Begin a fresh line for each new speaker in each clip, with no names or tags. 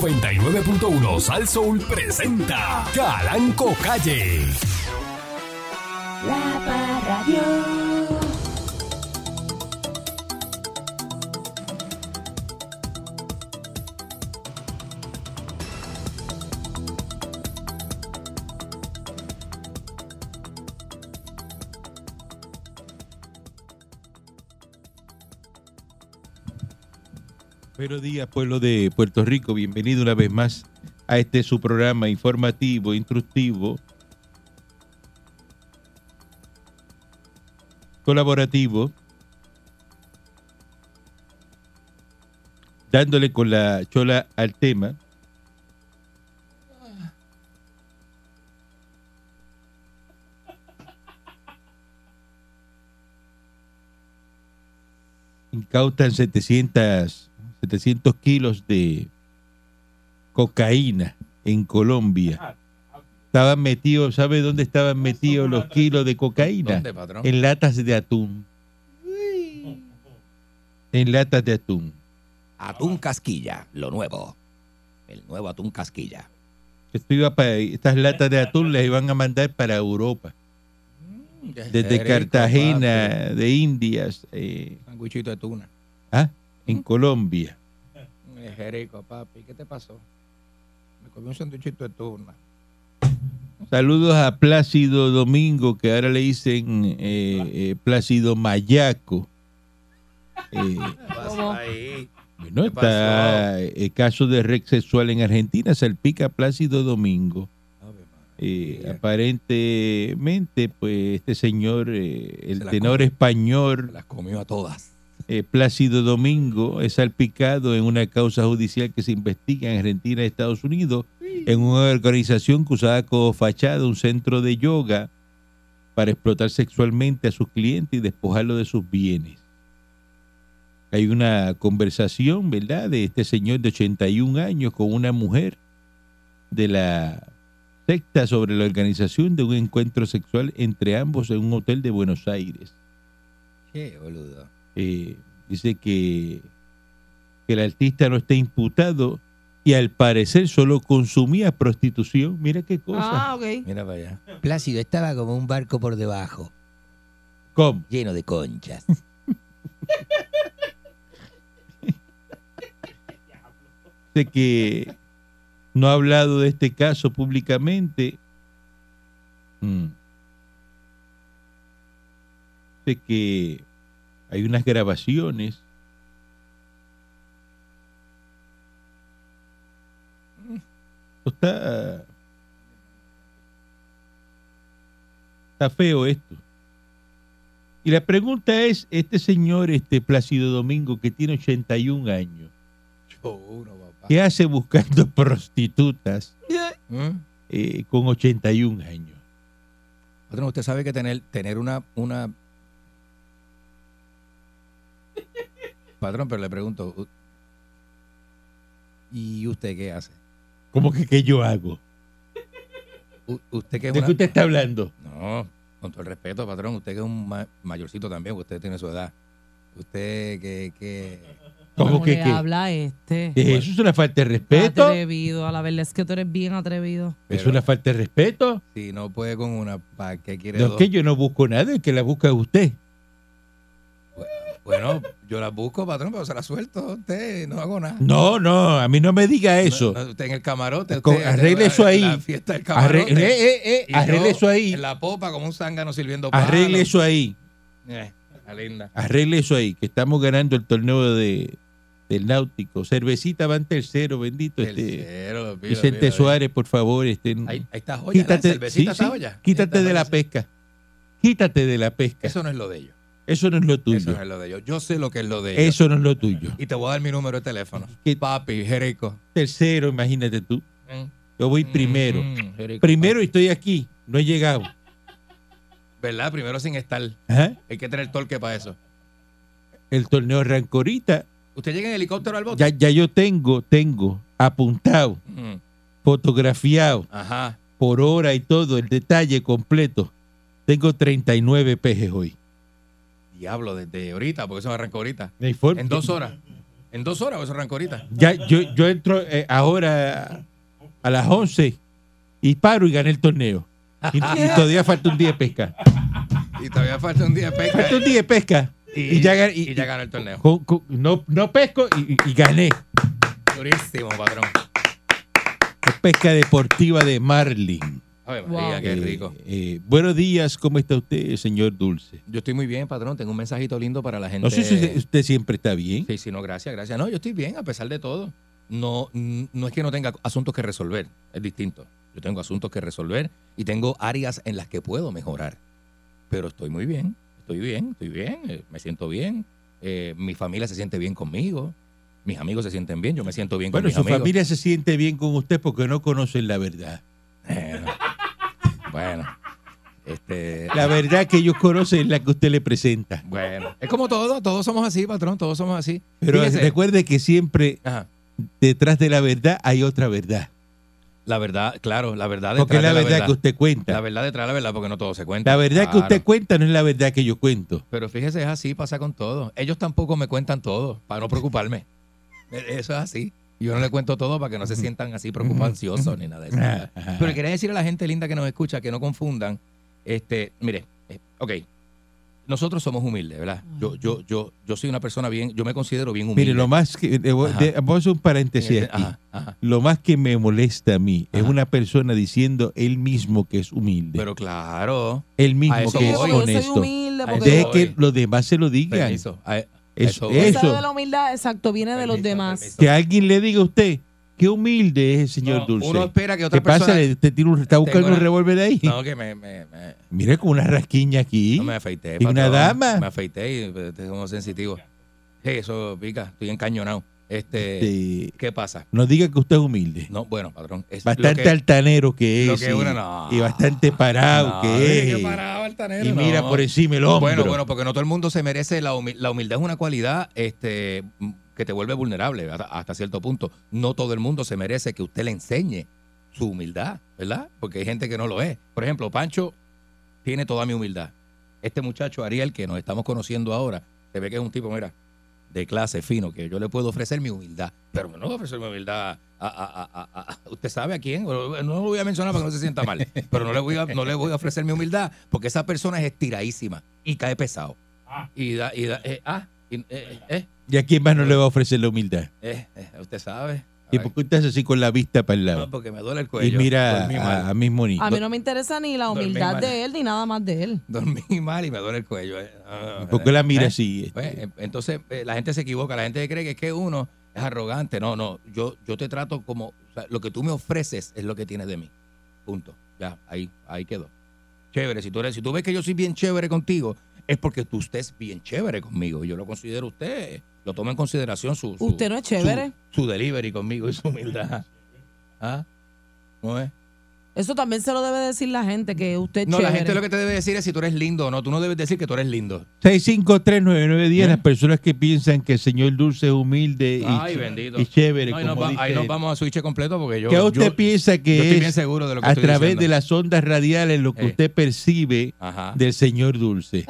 99.1 Sal Soul presenta Calanco Calle.
La Parradio.
Buenos días, pueblo de Puerto Rico. Bienvenido una vez más a este su programa informativo, instructivo, colaborativo, dándole con la chola al tema. Incautan 700 700 kilos de cocaína en Colombia. Estaban metidos, ¿sabe dónde estaban metidos los kilos de cocaína?
¿Dónde, patrón?
En latas de atún. En latas de atún.
Atún Casquilla, lo nuevo. El nuevo Atún Casquilla.
Esto iba para- estas latas de atún las iban a mandar para Europa. Desde Cartagena, de Indias, eh,
Sanguichito de tuna.
ah, en Colombia.
Es rico, papi. ¿Qué te pasó? Me comí un sanduichito de tuna.
Saludos a Plácido Domingo, que ahora le dicen eh, eh, Plácido Mayaco. Eh, bueno, está el caso de red sexual en Argentina, salpica a Plácido Domingo. Eh,
María.
aparentemente, pues este señor, eh, el
Se la
tenor español
Las comió a todas.
eh, Plácido Domingo es salpicado en una causa judicial que se investiga en Argentina y Estados Unidos en una organización que usaba como fachada un centro de yoga para explotar sexualmente a sus clientes y despojarlo de sus bienes. Hay una conversación, ¿verdad?, de este señor de 81 años con una mujer de la secta sobre la organización de un encuentro sexual entre ambos en un hotel de Buenos Aires
Qué boludo.
eh, dice que, que el artista no está imputado y al parecer solo consumía prostitución. Mira qué cosa.
Ah, ok.
Mira para allá.
Plácido estaba como un barco por debajo,
¿Cómo?
lleno de conchas.
Dice que no ha hablado de este caso públicamente. Mm. Dice que hay unas grabaciones. Esto Está, está feo esto. Y la pregunta es, este señor, este Plácido Domingo, que tiene 81 años,
Yo uno, papá.
¿Qué hace buscando prostitutas
¿Mm?
eh, con 81 años?
Patrón, usted sabe que tener, tener una, una. Patrón, pero le pregunto. u- ¿Y usted qué hace?
¿Cómo que qué yo hago?
U- ¿Usted qué es
¿De
una-
qué usted está hablando?
No, con todo el respeto, patrón, usted que es un ma- mayorcito también, usted tiene su edad. Usted que, que-
¿Cómo que
le
qué?
habla este?
Eh, Eso es una falta de respeto.
Atrevido, a la verdad es que tú eres bien atrevido.
Es
Pero-
una falta de respeto.
si no puede con una, ¿para qué quiere
No es
dos?
que yo no busco nada, es que la busca usted.
Bueno, yo la busco, patrón, pero se la suelto a usted, no hago nada.
No, no, a mí no me diga eso.
No, no, usted en el camarote.
Con-
usted-
arregle eso
la-
ahí.
La fiesta del
Arre-
camarote.
eh, eh, eh,
Y yo
arregle eso ahí.
En la popa como un zángano sirviendo palo.
Arregle eso ahí.
Eh, la linda.
Arregle eso ahí, que estamos ganando el torneo de, del náutico. Cervecita va en tercero, bendito.
El
Este,
cero, mira,
Vicente
mira,
Suárez, por favor. Este,
mira. Ahí, ahí está joya, la
quítate, sí,
cervecita está
sí,
joya.
quítate
Esta
de la
joya,
pesca. Quítate de la pesca. Eso,
Eso no es lo de ellos.
no es lo
Eso
tuyo.
no es lo de ellos. Yo sé lo que es lo de ellos.
Eso no es lo tuyo.
Y te voy a dar mi número de teléfono.
¿Qué?
Papi, Jerico.
Tercero, imagínate tú. Yo voy primero.
Mm, Jerico,
Primero y estoy aquí. No he llegado.
papi. ¿Verdad? Primero sin estar.
Ajá.
Hay que tener torque para eso.
El torneo arrancó ahorita.
¿Usted llega en helicóptero al bote?
Ya, ya yo tengo, tengo apuntado,
Mm,
fotografiado
Ajá.
por hora y todo, el detalle completo. Tengo 39 pejes hoy.
Diablo, desde ahorita, porque eso arrancó ahorita.
No hay forma.
En dos horas. ¿En dos horas o eso arrancó ahorita?
Ya, yo, yo entro eh, ahora a las 11 y paro y gané el torneo. Y, y todavía falta un día de pesca.
Y todavía falta un día de pesca.
Falta un día de pesca.
Y,
Y, ya, ga- y-
y ya ganó el torneo.
con- con- no, no pesco y, y gané.
Durísimo, patrón.
Es pesca deportiva de Marlin.
A ver,
Wow.
María, Ah, qué
Eh,
rico.
eh, buenos días, ¿cómo está usted, señor Dulce?
Yo estoy muy bien, patrón. Tengo un mensajito lindo para la gente.
No sé si usted, usted siempre está bien.
Sí, sí, no, gracias, gracias. No, yo estoy bien a pesar de todo. No, n- no es que no tenga asuntos que resolver, es distinto. Yo tengo asuntos que resolver y tengo áreas en las que puedo mejorar. Pero estoy muy bien, estoy bien, estoy bien, eh, me siento bien. eh, mi familia se siente bien conmigo, mis amigos se sienten bien, yo me siento bien
Bueno,
con mis
su
amigos.
familia se siente bien con usted porque no conocen la verdad.
Bueno, bueno, este,
La verdad que ellos conocen es la que usted le presenta.
bueno, es como todo, todos somos así, patrón, todos somos así.
Pero
Fíjese-
recuerde que siempre
Ajá.
detrás de la verdad hay otra verdad.
La verdad, claro, la verdad
Porque es
detrás
la
de
verdad, que usted
La
cuenta.
verdad detrás de la verdad, porque no todo se cuenta.
La verdad que
Claro.
usted cuenta no es la verdad que yo cuento.
Pero fíjese, es así, pasa con todo. Ellos tampoco me cuentan todo, para no preocuparme. E- Eso es así. Yo no le cuento todo para que no se sientan así preocupanciosos ni nada de eso.
Ah.
¿verdad? Pero quería decir a la gente linda que nos escucha que no confundan. Este, mire, eh, ok. Nosotros somos humildes, ¿verdad? Yo, yo, yo, yo soy una persona bien, yo me considero bien humilde.
Mire, lo más que... eh, voy
Ajá.
de- voy a hacer un
En
paréntesis
este-
aquí.
ajá, ajá.
Lo más que me molesta a mí es
Ajá.
una persona diciendo él mismo que es humilde.
Pero claro,
él mismo
a eso
que es
voy.
yo soy
honesto.
humilde
A
porque
eso
Deje
voy.
que los demás se lo digan.
permiso. a- a
Eso,
voy.
esa
eso.
de la humildad, exacto, viene de los
Permiso,
demás.
permiso.
Que alguien le diga a usted, qué humilde es el señor
No,
Dulce.
Uno espera que
¿Qué
otra
pasa?
persona.
¿Le- ¿Te tiene un- ¿Está
Tengo
buscando un
una-
revólver ahí?
No, que me- me- me,
Mire, con una rasquiña aquí.
No me afeité.
¿Y una
patrón.
dama?
Me afeité y eh, estoy como sensitivo. Sí, eso pica, estoy encañonado. Este,
Este,
¿Qué pasa?
no diga que usted es humilde.
No, bueno, patrón. Es lo
bastante
que-
altanero que es.
lo que
y,
uno no.
y bastante parado
No, mire,
que
qué
es.
parado, altanero,
y mira
no.
por encima el hombro.
Bueno, bueno, porque no todo el mundo se merece la humildad. La humildad es una cualidad este, m- que te vuelve vulnerable hasta, hasta cierto punto. No todo el mundo se merece que usted le enseñe su humildad, ¿verdad? Porque hay gente que no lo es. Por ejemplo, Pancho tiene toda mi humildad. Este muchacho Ariel, que nos estamos conociendo ahora, se ve que es un tipo, mira, de clase fino, que yo le puedo ofrecer mi humildad, pero no voy a ofrecer mi humildad a, a- a- a- a- usted sabe a quién, no lo voy a mencionar para que no se sienta mal, pero no le voy a, no le voy a ofrecer mi humildad porque esa persona es estiradísima y cae pesado. Y da, y da, eh, ah, y, eh, eh,
¿Y a quién más no le va a ofrecer la humildad?
eh, eh, usted sabe.
¿Y por qué usted hace así con la vista para el
No, pues,
lado?
porque me duele el
y
cuello.
mira ah,
dormí mal,
a, a mismo niño.
A mí no me interesa ni la
Dormí
humildad
mal.
de él ni nada más de él.
dormí mal y me duele el cuello. eh. Ah,
¿Por qué la mira
eh.
así? este?
Pues, eh, entonces eh, la gente se equivoca, la gente cree que es que uno es arrogante. No, no, yo, yo te trato como, o sea, lo que tú me ofreces es lo que tienes de mí. Punto. Ya, ahí, ahí quedó. Chévere, si tú, eres, si tú ves que yo soy bien chévere contigo, es porque tú estés bien chévere conmigo. Yo lo considero usted, lo toma en consideración su... su-
Usted no es chévere.
Su, su delivery conmigo y su humildad. ¿Ah? ¿Cómo es?
Eso también se lo debe decir la gente, que usted es
No, la
chévere.
gente lo que te debe decir es si tú eres lindo o no. Tú no debes decir que tú eres lindo.
6539910,
¿Eh?
las personas que piensan que el señor Dulce es humilde y,
Ay,
ch-
bendito.
y chévere,
No, y
como
nos va-
dice
ahí
él.
nos vamos a switch completo porque yo...
¿Qué usted
yo-
piensa
yo
que
estoy bien
es
seguro de lo que
a
estoy
través
diciendo.
de las ondas radiales lo que
Eh.
usted percibe
Ajá.
del señor Dulce?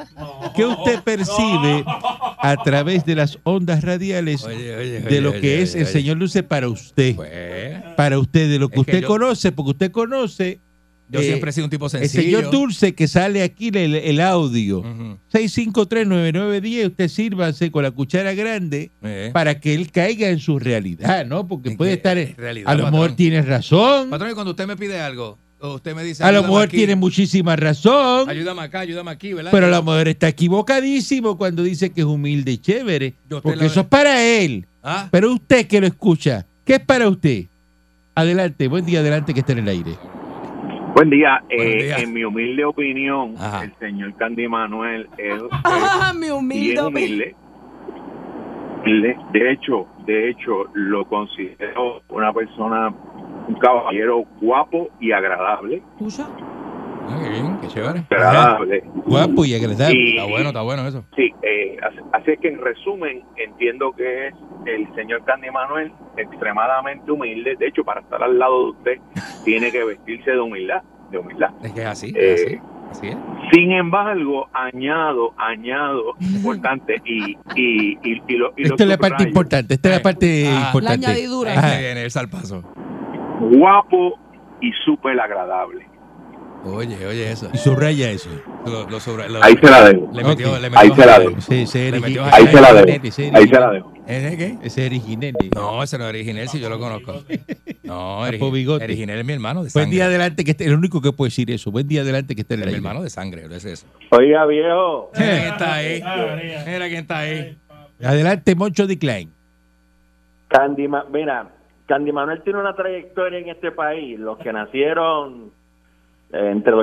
¿Qué usted percibe a través de las ondas radiales
Oye, oye,
de
oye,
lo que
oye,
es el
oye,
señor Dulce para usted?
Pues,
Para usted, de lo que
Es que
usted
yo-
conoce, porque usted conoce
yo
Eh,
siempre he sido un tipo
el
sencillo. Mm.
señor Dulce que sale aquí el, el audio.
Ujú.
6539910, usted sírvase con la cuchara grande
Eh.
para que él caiga en su realidad, ¿no? Porque
¿En
puede
qué
estar, en-
realidad,
a lo
patrón?
mejor tiene razón,
Patrón, y cuando usted me pide algo, o usted me dice...
a lo
ayúdame
mejor
aquí,
tiene muchísima razón,
Ayúdame acá, ayúdame aquí, ¿verdad?
pero a lo mejor está equivocadísimo cuando dice que es humilde y chévere,
Yo te
porque
la-
eso es para él.
Ah,
Pero usted que lo escucha, ¿qué es para usted? Adelante, buen día, adelante que está en el aire.
Buen día.
Buen
Eh,
día.
En mi humilde opinión,
Ajá.
el señor Candy Manuel es,
Ah, mi
es
humilde.
bien humilde.
humilde.
Le- De hecho, de hecho, lo considero una persona, un caballero guapo y agradable.
Escucha.
ah, qué bien, qué chévere.
Agradable.
Guapo y agradable.
Y-
Está bueno, está bueno eso.
Sí, eh, así- así es que en resumen, entiendo que es el señor Candy Manuel extremadamente humilde. De hecho, para estar al lado de usted, tiene que vestirse de humildad, de humildad.
Es que es así, es
Eh.
así. Así es.
Sin embargo, añado, añado, importante, y, y, y, y lo, y lo
Esta es la parte
subrayo.
importante, esta es la parte
Ah, la
La
importante.
añadidura.
Ajá.
Ahí
Ah,
viene el salpazo.
Guapo y súper agradable.
Oye, oye, eso.
Y subraya eso.
Lo- lo sobre- lo-
Ahí se la debo.
Le metió,
Ok.
le metió-
Ahí se la dejo.
Ese, ese
Le
Eric-
metió
Ahí se la
Jiménez,
dejo.
ese Eric-
Ahí se la dejo.
¿Ese qué?
Ese Eric Jiménez.
No, ese no es original, si yo lo conozco. No,
Papo Bigote.
original es mi hermano de
Buen día
sangre.
adelante que esté, el único que puede decir eso. Buen día adelante que esté
Es
en
mi
el aire.
hermano de sangre, es eso.
Oiga, viejo.
Mira quién está ahí. Mira quién está ahí.
Adelante, Moncho D. Klein.
Candy, Ma- mira, Candy Manuel tiene una trayectoria en este país. Los que nacieron eh, entre el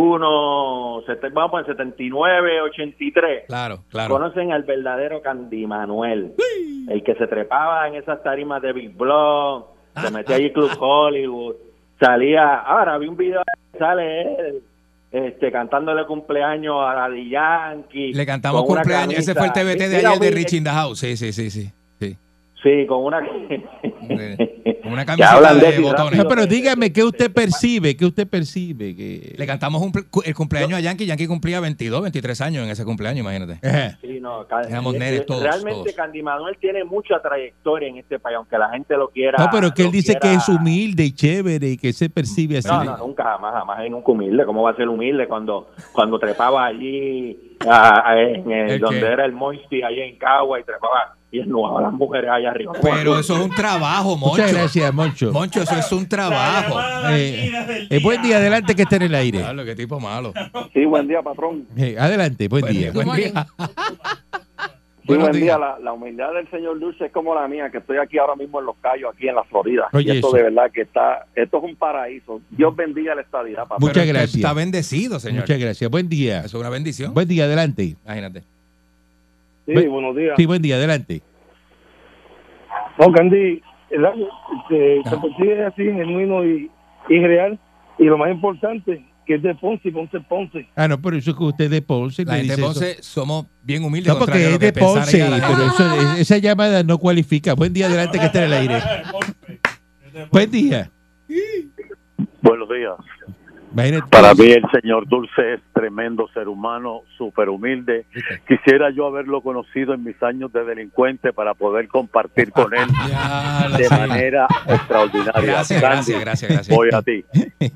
81, sete- vamos para el 79, 83,
Claro, claro.
conocen al verdadero Candy Manuel, el que se trepaba en esas tarimas de Big Block,
Ah,
se metía allí Club Hollywood, salía. Ahora vi un video que sale él. Este, cantándole cumpleaños a Daddy Yankee.
Le cantamos
con una
cumpleaños. Ese fue el
camisa.
TBT de
Mira,
ayer de
mira,
Richie in the House. Sí, sí, sí, sí. sí.
Sí, con una.
Con una
Que
camiseta
hablan
de,
de ti
botones.
No,
rápido.
pero dígame, ¿qué usted percibe? ¿Qué usted percibe? Que...
Le cantamos un ple- cu- el cumpleaños a Yankee. Yankee cumplía 22, 23 años en ese cumpleaños, imagínate.
Ajá.
Sí, no, Can-
Éramos
eh,
nenes
eh,
todos,
Realmente
todos.
Candy Manuel tiene mucha trayectoria en este país, aunque la gente lo quiera.
No, pero que él
lo
dice que
quiera-
es humilde y chévere y que se percibe así.
No, no, nunca, jamás, jamás es nunca humilde. ¿Cómo va a ser humilde cuando cuando trepaba allí, a- a- en el-
Es
donde
que-
era el Moisty, allí en Cagua, y trepaba y desnudaba a las mujeres allá arriba?
Pero eso es un trabajo,
Muchas
Moncho.
gracias, Moncho.
Moncho, eso es un trabajo.
Eh, eh, buen día, adelante que esté en el aire.
Claro, qué tipo malo.
Sí, buen día, patrón.
Eh, adelante, buen
Buen
día.
día.
Good morning.
Sí,
Buenos días.
buen día. La, la humildad del señor Dulce es como la mía, que estoy aquí ahora mismo en Los Cayos, aquí en la Florida.
Oye,
y esto
eso.
de verdad que está, esto es un paraíso. Dios bendiga la estadidad, papá.
Muchas
Pero es que
gracias.
Está bendecido, señor.
Muchas gracias, buen día.
Eso es una bendición.
Buen día, adelante.
Imagínate.
Ve-
buenos días.
Sí, buen día, adelante.
No, Candy, el año este, se,
Ajá.
consigue así, genuino y, y real. Y lo más importante, que es de Ponce, Ponce, Ponce.
Ah, no, pero eso es que usted es de Ponce.
La
le
gente de
dice eso.
Ponce somos bien humildes.
No, porque es de Ponce, pero eso- es- esa llamada no cualifica. Buen día, adelante que esté en el aire. Buen día.
Buenos días.
Imagínate.
Para mí el señor Dulce es tremendo ser humano, súper humilde. Quisiera yo haberlo conocido en mis años de delincuente para poder compartir con él de manera extraordinaria.
Gracias,
Sandy,
gracias, gracias, gracias.
Voy a ti.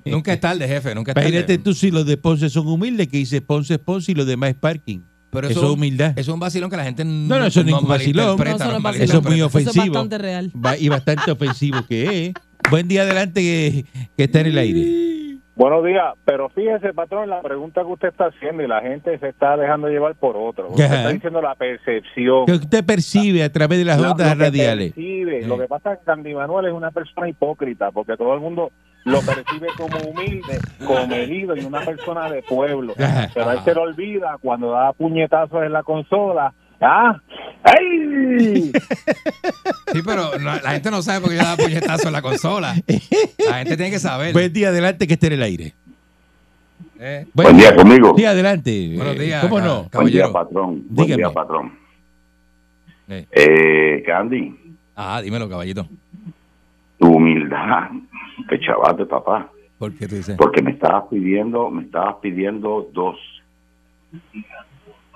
Nunca es tarde, jefe, nunca es
Imagínate
tarde.
tú si los de Ponce son humildes, que dice Ponce es Ponce y los demás es parking.
Pero
eso es humildad.
Eso es un vacilón que la gente
No, no, eso no es ningún vacilón.
No, eso no es vacilón.
Eso es muy
Eso es
ofensivo.
bastante real.
Ba- Y bastante ofensivo que es. ¿eh? Buen día, adelante que, que esté en el aire.
Buenos días, pero fíjese, patrón, la pregunta que usted está haciendo y la gente se está dejando llevar por otro. Usted
Ajá.
está diciendo la percepción.
Que usted percibe a través de las
Lo-
ondas
lo que
radiales. Eh.
percibe.
Sí.
Lo que pasa es que Candy Manuel es una persona hipócrita, porque todo el mundo lo percibe como humilde, comedido y una persona de pueblo.
Ajá.
Pero a él se le olvida cuando da puñetazos en la consola. ¡Ah! ¡Ay!
Sí, pero la, la gente no sabe porque yo daba puñetazo en la consola. La gente tiene que saber.
Buen día, adelante que esté en el aire.
Eh,
Buen día conmigo.
Sí, adelante.
Buenos
Eh,
días,
¿Cómo
ca-
no?
Buen día,
caballero.
patrón. Buen
Dígame.
día, patrón.
Eh.
Eh, Candy,
Ah, dímelo, caballito.
tu humildad, te chavaste, papá,
¿Por qué tú dices?
porque me estabas pidiendo, me estabas pidiendo dos.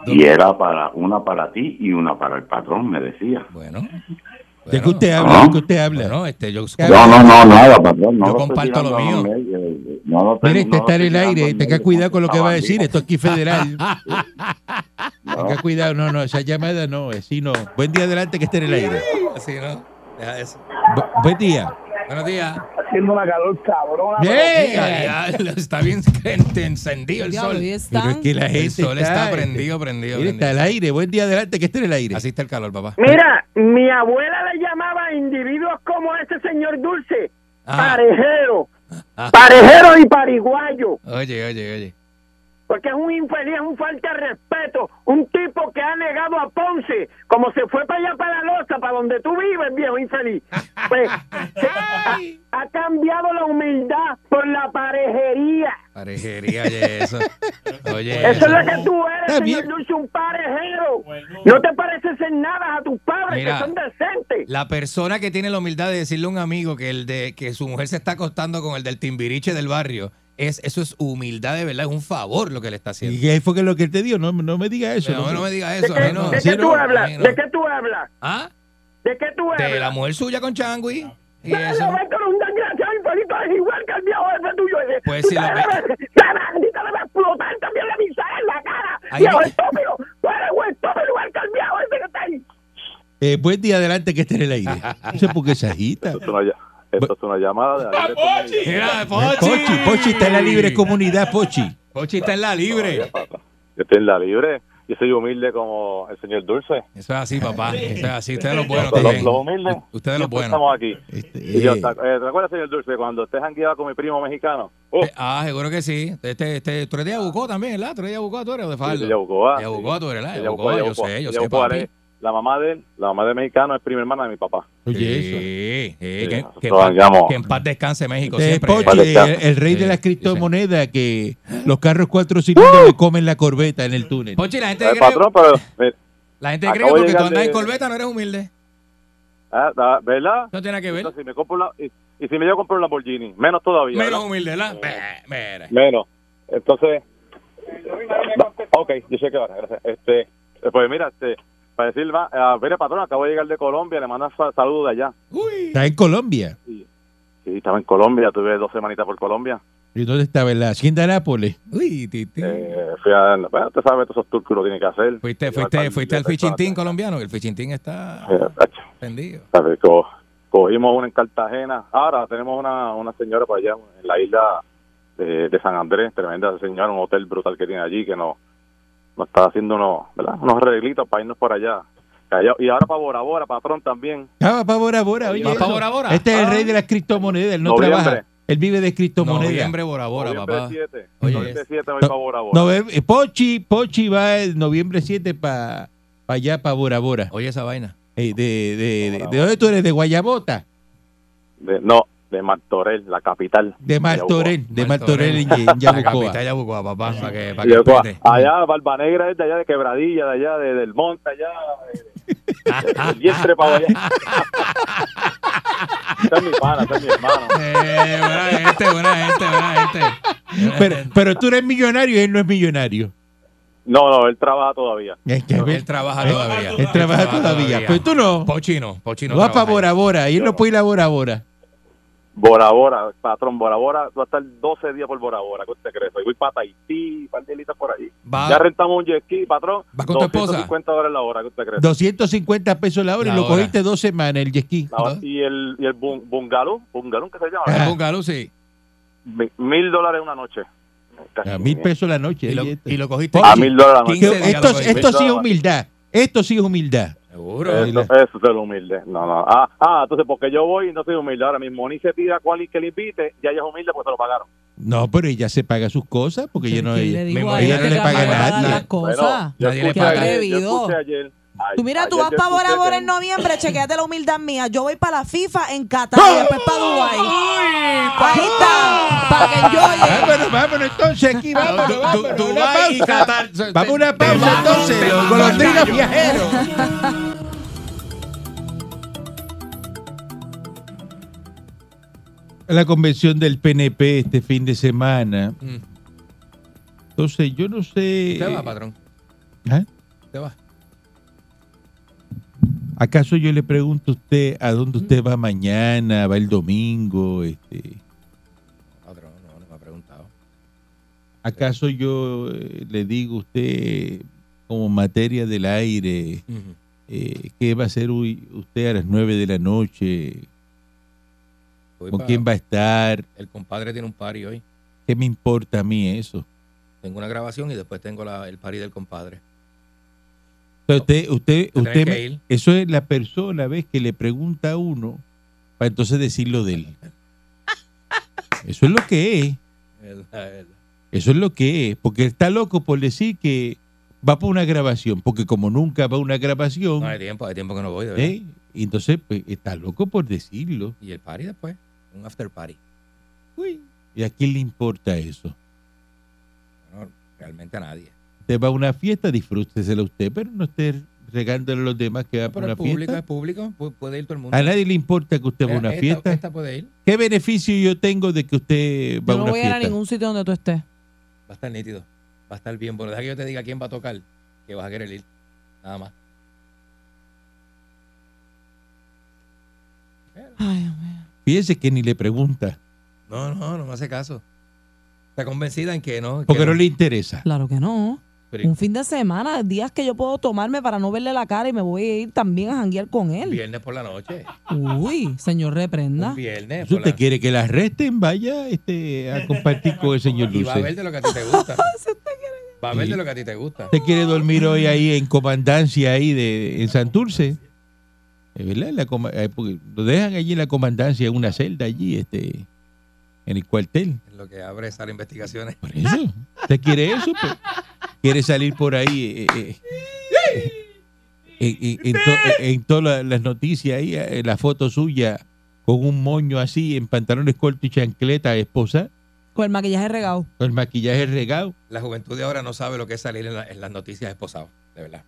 Y era para una para ti y una para el patrón, me decía.
Bueno.
¿De
bueno,
qué usted habla? ¿De qué usted habla?
bueno, este, yo,
No, no, no, nada, patrón. No
Yo
lo estoy
comparto lo
tirando,
mío.
no, eh, eh, no lo estoy-
Mire,
no lo
este está en
estoy
el aire,
tirando,
tenga
no,
cuidado con lo que va a
no,
decir, esto aquí es federal.
no.
Tenga cuidado, no, no, esa llamada no, así no. Buen día adelante que esté en el aire.
Así, ¿no? Deja eso.
Bu- buen día.
Buenos días.
Haciendo una calor cabrona.
¡Bien!
Ya, ya, está bien crente, encendido el
Diablo,
sol.
hoy
Pero es
están.
que la gente
El sol está
este,
prendido, prendido.
mire, está
prendido.
al aire, buen día adelante que esté en el aire.
Así está el calor, papá.
Mira, mi abuela le llamaba a individuos como ese Este señor Dulce,
Ah,
parejero,
Ah.
parejero y pariguayo,
oye, oye, oye.
porque es un infeliz, es un falta de respeto, un tipo que ha negado a Ponce, como se fue para allá para la loza, para donde tú vives, viejo infeliz. Pues se- ha, ha cambiado la humildad por la parejería.
Parejería, oye, eso. Oye,
Eso es lo
eso.
que tú eres,
Está bien.
señor Dulce, un parejero. No te pareces en nada a tus padres,
Mira.
que son decentes.
La persona que tiene la humildad de decirle a un amigo que el de que su mujer se está acostando con el del timbiriche del barrio es, eso es humildad de verdad, es un favor lo que le está haciendo.
Y ahí fue que lo que él te dio, no, no me diga eso.
no, no me digas
¿De
eso. a
qué,
mí no,
de
sí,
qué
no,
tú
a mí
hablas?
no.
¿De qué tú hablas?
¿Ah?
¿De qué tú
De la
hablas?
mujer suya con Changui. Y
Dale,
eso.
Beto, un desgraciado infeliz, es igual que el viejo jefe tuyo ese.
Pues
Tú
sí,
te
lo
debes- te maldita debes explotar también la miseria en la cara.
Ahí
viejo
no-
estúpido, tú eres un estúpido igual que el viejo ese que está ahí.
Eh, buen día adelante que esté en el aire. No sé por qué se agita.
Esto es una, ll- esto es una llamada de aire comunidad.
Mira,
Pochi, Pochi está en la libre comunidad, Pochi.
Pochi está en la libre.
Yo estoy en la libre. Yo soy humilde como el señor Dulce.
Eso es así, papá. Eso es así. Ustedes los buenos
Los- los,
también.
los humildes.
Ustedes los buenos.
siempre Estamos aquí.
Este,
Y yo,
eh,
¿te, eh, ¿te acuerdas, señor Dulce, cuando usted jangueaba con mi primo mexicano? Oh,
Eh, Ah, seguro que sí. Este, este, tú eres de Yabucó también, ¿verdad? Tú eres de Yabucó, tú eres de Faldo.
de Yabucoa.
De Yabucoa, tú eres,
de
¿verdad?
Yabucoa,
Yabucoa, yo
Yabucoa.
sé, yo sé,
Yabucoa,
papi.
eh, La mamá de él, la mamá del mexicano, es prima hermana de mi papá.
oye,
Sí,
eso.
sí,
Sí,
que,
nosotros
que, en paz-
vengamos.
que en paz descanse México
Eh,
siempre.
Pochi,
Vale, está.
el, el rey
Sí,
de
yo
las
sé.
criptomonedas que los carros cuatro cilindros le comen la corbeta en el túnel.
Pochi, la gente
Eh,
cree,
patrón, pero... mira,
la gente cree que
acabo de
porque tú
llegar
andas en
de-
corbeta no eres humilde.
ah, da- ¿Verdad?
No tiene nada que ver.
Entonces, si me compro la- y, y si me llevo a comprar un Lamborghini, menos todavía.
Menos
¿verdad?
humilde, ¿verdad? Bah, Mira.
Menos. Entonces, va- ok, yo sé que ahora, gracias. Este, eh, pues mira, este, para decir más, eh, mira, patrón, acabo de llegar de Colombia, le mando sa- saludos de allá.
Uy.
Está en Colombia.
Sí, estaba en Colombia, tuve dos semanitas por Colombia.
¿Y dónde estaba? En la Hacienda Nápoles.
Uy, titi.
Eh, fui a, bueno, usted sabe todos esos tours que uno tiene que hacer.
Fuiste,
Llevar
fuiste,
par-
fuiste al
de
fishing team
personas.
colombiano, que el fishing team está
Eh, tacho,
prendido.
sabe, co- cogimos una en Cartagena. Ahora tenemos una, una señora para allá en la isla de, de San Andrés, tremenda señora, un hotel brutal que tiene allí que nos, nos está haciendo unos, ¿verdad? unos arreglitos para irnos por allá. Allá- Y ahora para Bora Bora, patrón también.
Ah, va para Bora Bora, oye.
Va
eso.
pa' Bora Bora.
Este es el
Ah.
rey de las criptomonedas, él no
Noviembre.
trabaja. Él vive de criptomonedas.
Noviembre Bora Bora,
Noviembre
papá.
7.
Oye,
Noviembre
es-
7 voy
no-
para Bora Bora.
Novembre- eh, Pochi, Pochi va el noviembre 7 para allá, para Bora Bora.
Oye esa vaina.
Eh, de, de, de-
Bora
¿de dónde tú eres? ¿De Guayabota?
De- no, de Martorell, la capital.
De Martorell, de Martorell en, en
La
Yabucoa.
capital de Yabucoa, papá, para que, para que
Yo, co-
aprende.
allá, Barba Negra es de allá de Quebradilla, de allá de- del Monte, allá. de- de- de Vientre para allá. Ese es mi pana, ese es mi hermano.
Eh, buena gente, buena gente, buena gente.
Pero, pero tú eres millonario y él no es millonario.
No, no, él trabaja todavía.
Es que, ¿ves?
Él trabaja todavía.
Eh, Él trabaja todavía. Pero tú no.
Pochino, Pochino.
No va para
trabaja
Bora
ahí.
Bora. Y él no puede ir a Bora Bora.
Bora Bora, patrón, Bora Bora, va a estar 12 días por Bora Bora, ¿qué usted cree? Soy voy para Tahití, un par de islitas por allí.
Va-
Ya rentamos un jet ski, patrón.
¿Va con tu esposa?
250 dólares la hora, ¿qué usted cree?
250 pesos la hora y
La
lo
hora.
cogiste dos semanas el jet ski.
La- y el, y el bung- bungalú, bungalú, ¿qué se
El
llama?
bungalow, sí.
Mi- Mil dólares una noche.
A mil pesos la noche.
Y lo,
Oye, esto-
y lo cogiste.
A mil dólares la noche.
Que-
15 días
esto,
lo cogí.
esto sí es humildad. Esto sí es humildad.
Seguro.
Eso, eso es lo humilde. No, no. Ah, ah, entonces porque yo voy y no soy humilde. Ahora mismo ni se pida cuál y que le invite, ya ella es humilde porque se lo pagaron.
No, pero ella se paga sus cosas porque ella no
¿Quién
ella-
le dijo
mismo
a
ella
ella
no
que
le
le
paga
paga
nada.
las cosas?
Bueno, yo
Nadie le
escuché
paga.
ayer- yo
Atrevido.
escuché ayer- ay,
Tú mira, tú
ayer
vas
yo
para Bora
escuché
Bora
que-
en noviembre, chequeate la humildad mía. Yo voy para la FIFA en Qatar y después para
¡Oh!
Dubái. Ahí
¡Ah!
está, para que enjoyen.
Vámonos, vámonos entonces
Ah,
aquí, vámonos,
Du-
vámonos.
Du-
una
Dubái y
pausa.
Qatar.
Vamos a una pausa entonces, los golondrinos viajeros. La convención del PNP este fin de semana.
Mm.
Entonces, yo no sé.
Te va, patrón.
¿Ah?
Te va.
¿Acaso yo le pregunto a usted a
Mm.
dónde usted va mañana, va el domingo? Este,
Patrón, no, no me ha preguntado.
¿Acaso yo eh, le digo a usted, como materia del aire, eh, qué va a hacer hoy usted a las 9 de la noche?
Voy
¿Con
pa-
quién va a estar?
El compadre tiene un party hoy.
¿Qué me importa a mí eso?
Tengo una grabación y después tengo la- el party del compadre.
Pero usted, usted,
Te
usted,
tenés
me-
que ir.
eso es la persona, ¿ves? Que le pregunta a uno para entonces decir lo de él. Eso es lo que es.
El- el-
Eso es lo que es. Porque está loco por decir que va para una grabación. Porque como nunca va a una grabación,
No hay tiempo, hay tiempo que no voy, de Ah, verdad.
¿eh? Y entonces pues, está loco por decirlo.
Y el party después, un after party.
¿Y a quién le importa eso?
No, realmente a nadie.
Usted va a una fiesta, disfrútesela usted, pero no esté regándole a los demás que va por
Pero
una
es público,
fiesta.
es público, pu- puede ir todo el mundo.
A nadie le importa que usted va a una
Esta-
fiesta.
Esta puede ir,
¿Qué beneficio yo tengo de que usted va
Yo
a
no
una
voy a ir
fiesta?
a ningún sitio donde tú estés.
va a estar nítido, va a estar bien. Bueno, deja que yo te diga quién va a tocar, que vas a querer ir, nada más.
Ay, Dios mío.
Fíjese que ni le pregunta,
No, no, no me hace caso. Está convencida en que no.
porque
que
no le interesa.
Claro que no.
Pero-
Un fin de semana, días que yo puedo tomarme para no verle la cara y me voy a ir también a janguear con él.
Viernes por la noche.
Uy, señor, reprenda.
Un viernes.
Si
Por
usted
la...
quiere que la arresten, vaya este, a compartir con el señor
Y va a ver
Dulce.
de lo que a ti te gusta. Va a ver de lo que a ti te gusta.
¿Usted quiere dormir hoy ahí en comandancia ahí de, en Santurce? Es verdad, la coma- eh, porque lo dejan allí en la comandancia, en una celda allí, este, en el cuartel.
En lo que abre esas investigaciones.
Por eso. ¿Usted quiere eso? pues? ¿Quiere salir por ahí? eh, eh, eh, en- en- en to- en todas las noticias ahí, eh, la foto suya con un moño así, en pantalones cortos y chancleta, esposa,
Con el maquillaje regado.
con el maquillaje regado.
La juventud de ahora no sabe lo que es salir en, la- en las noticias esposado, de verdad.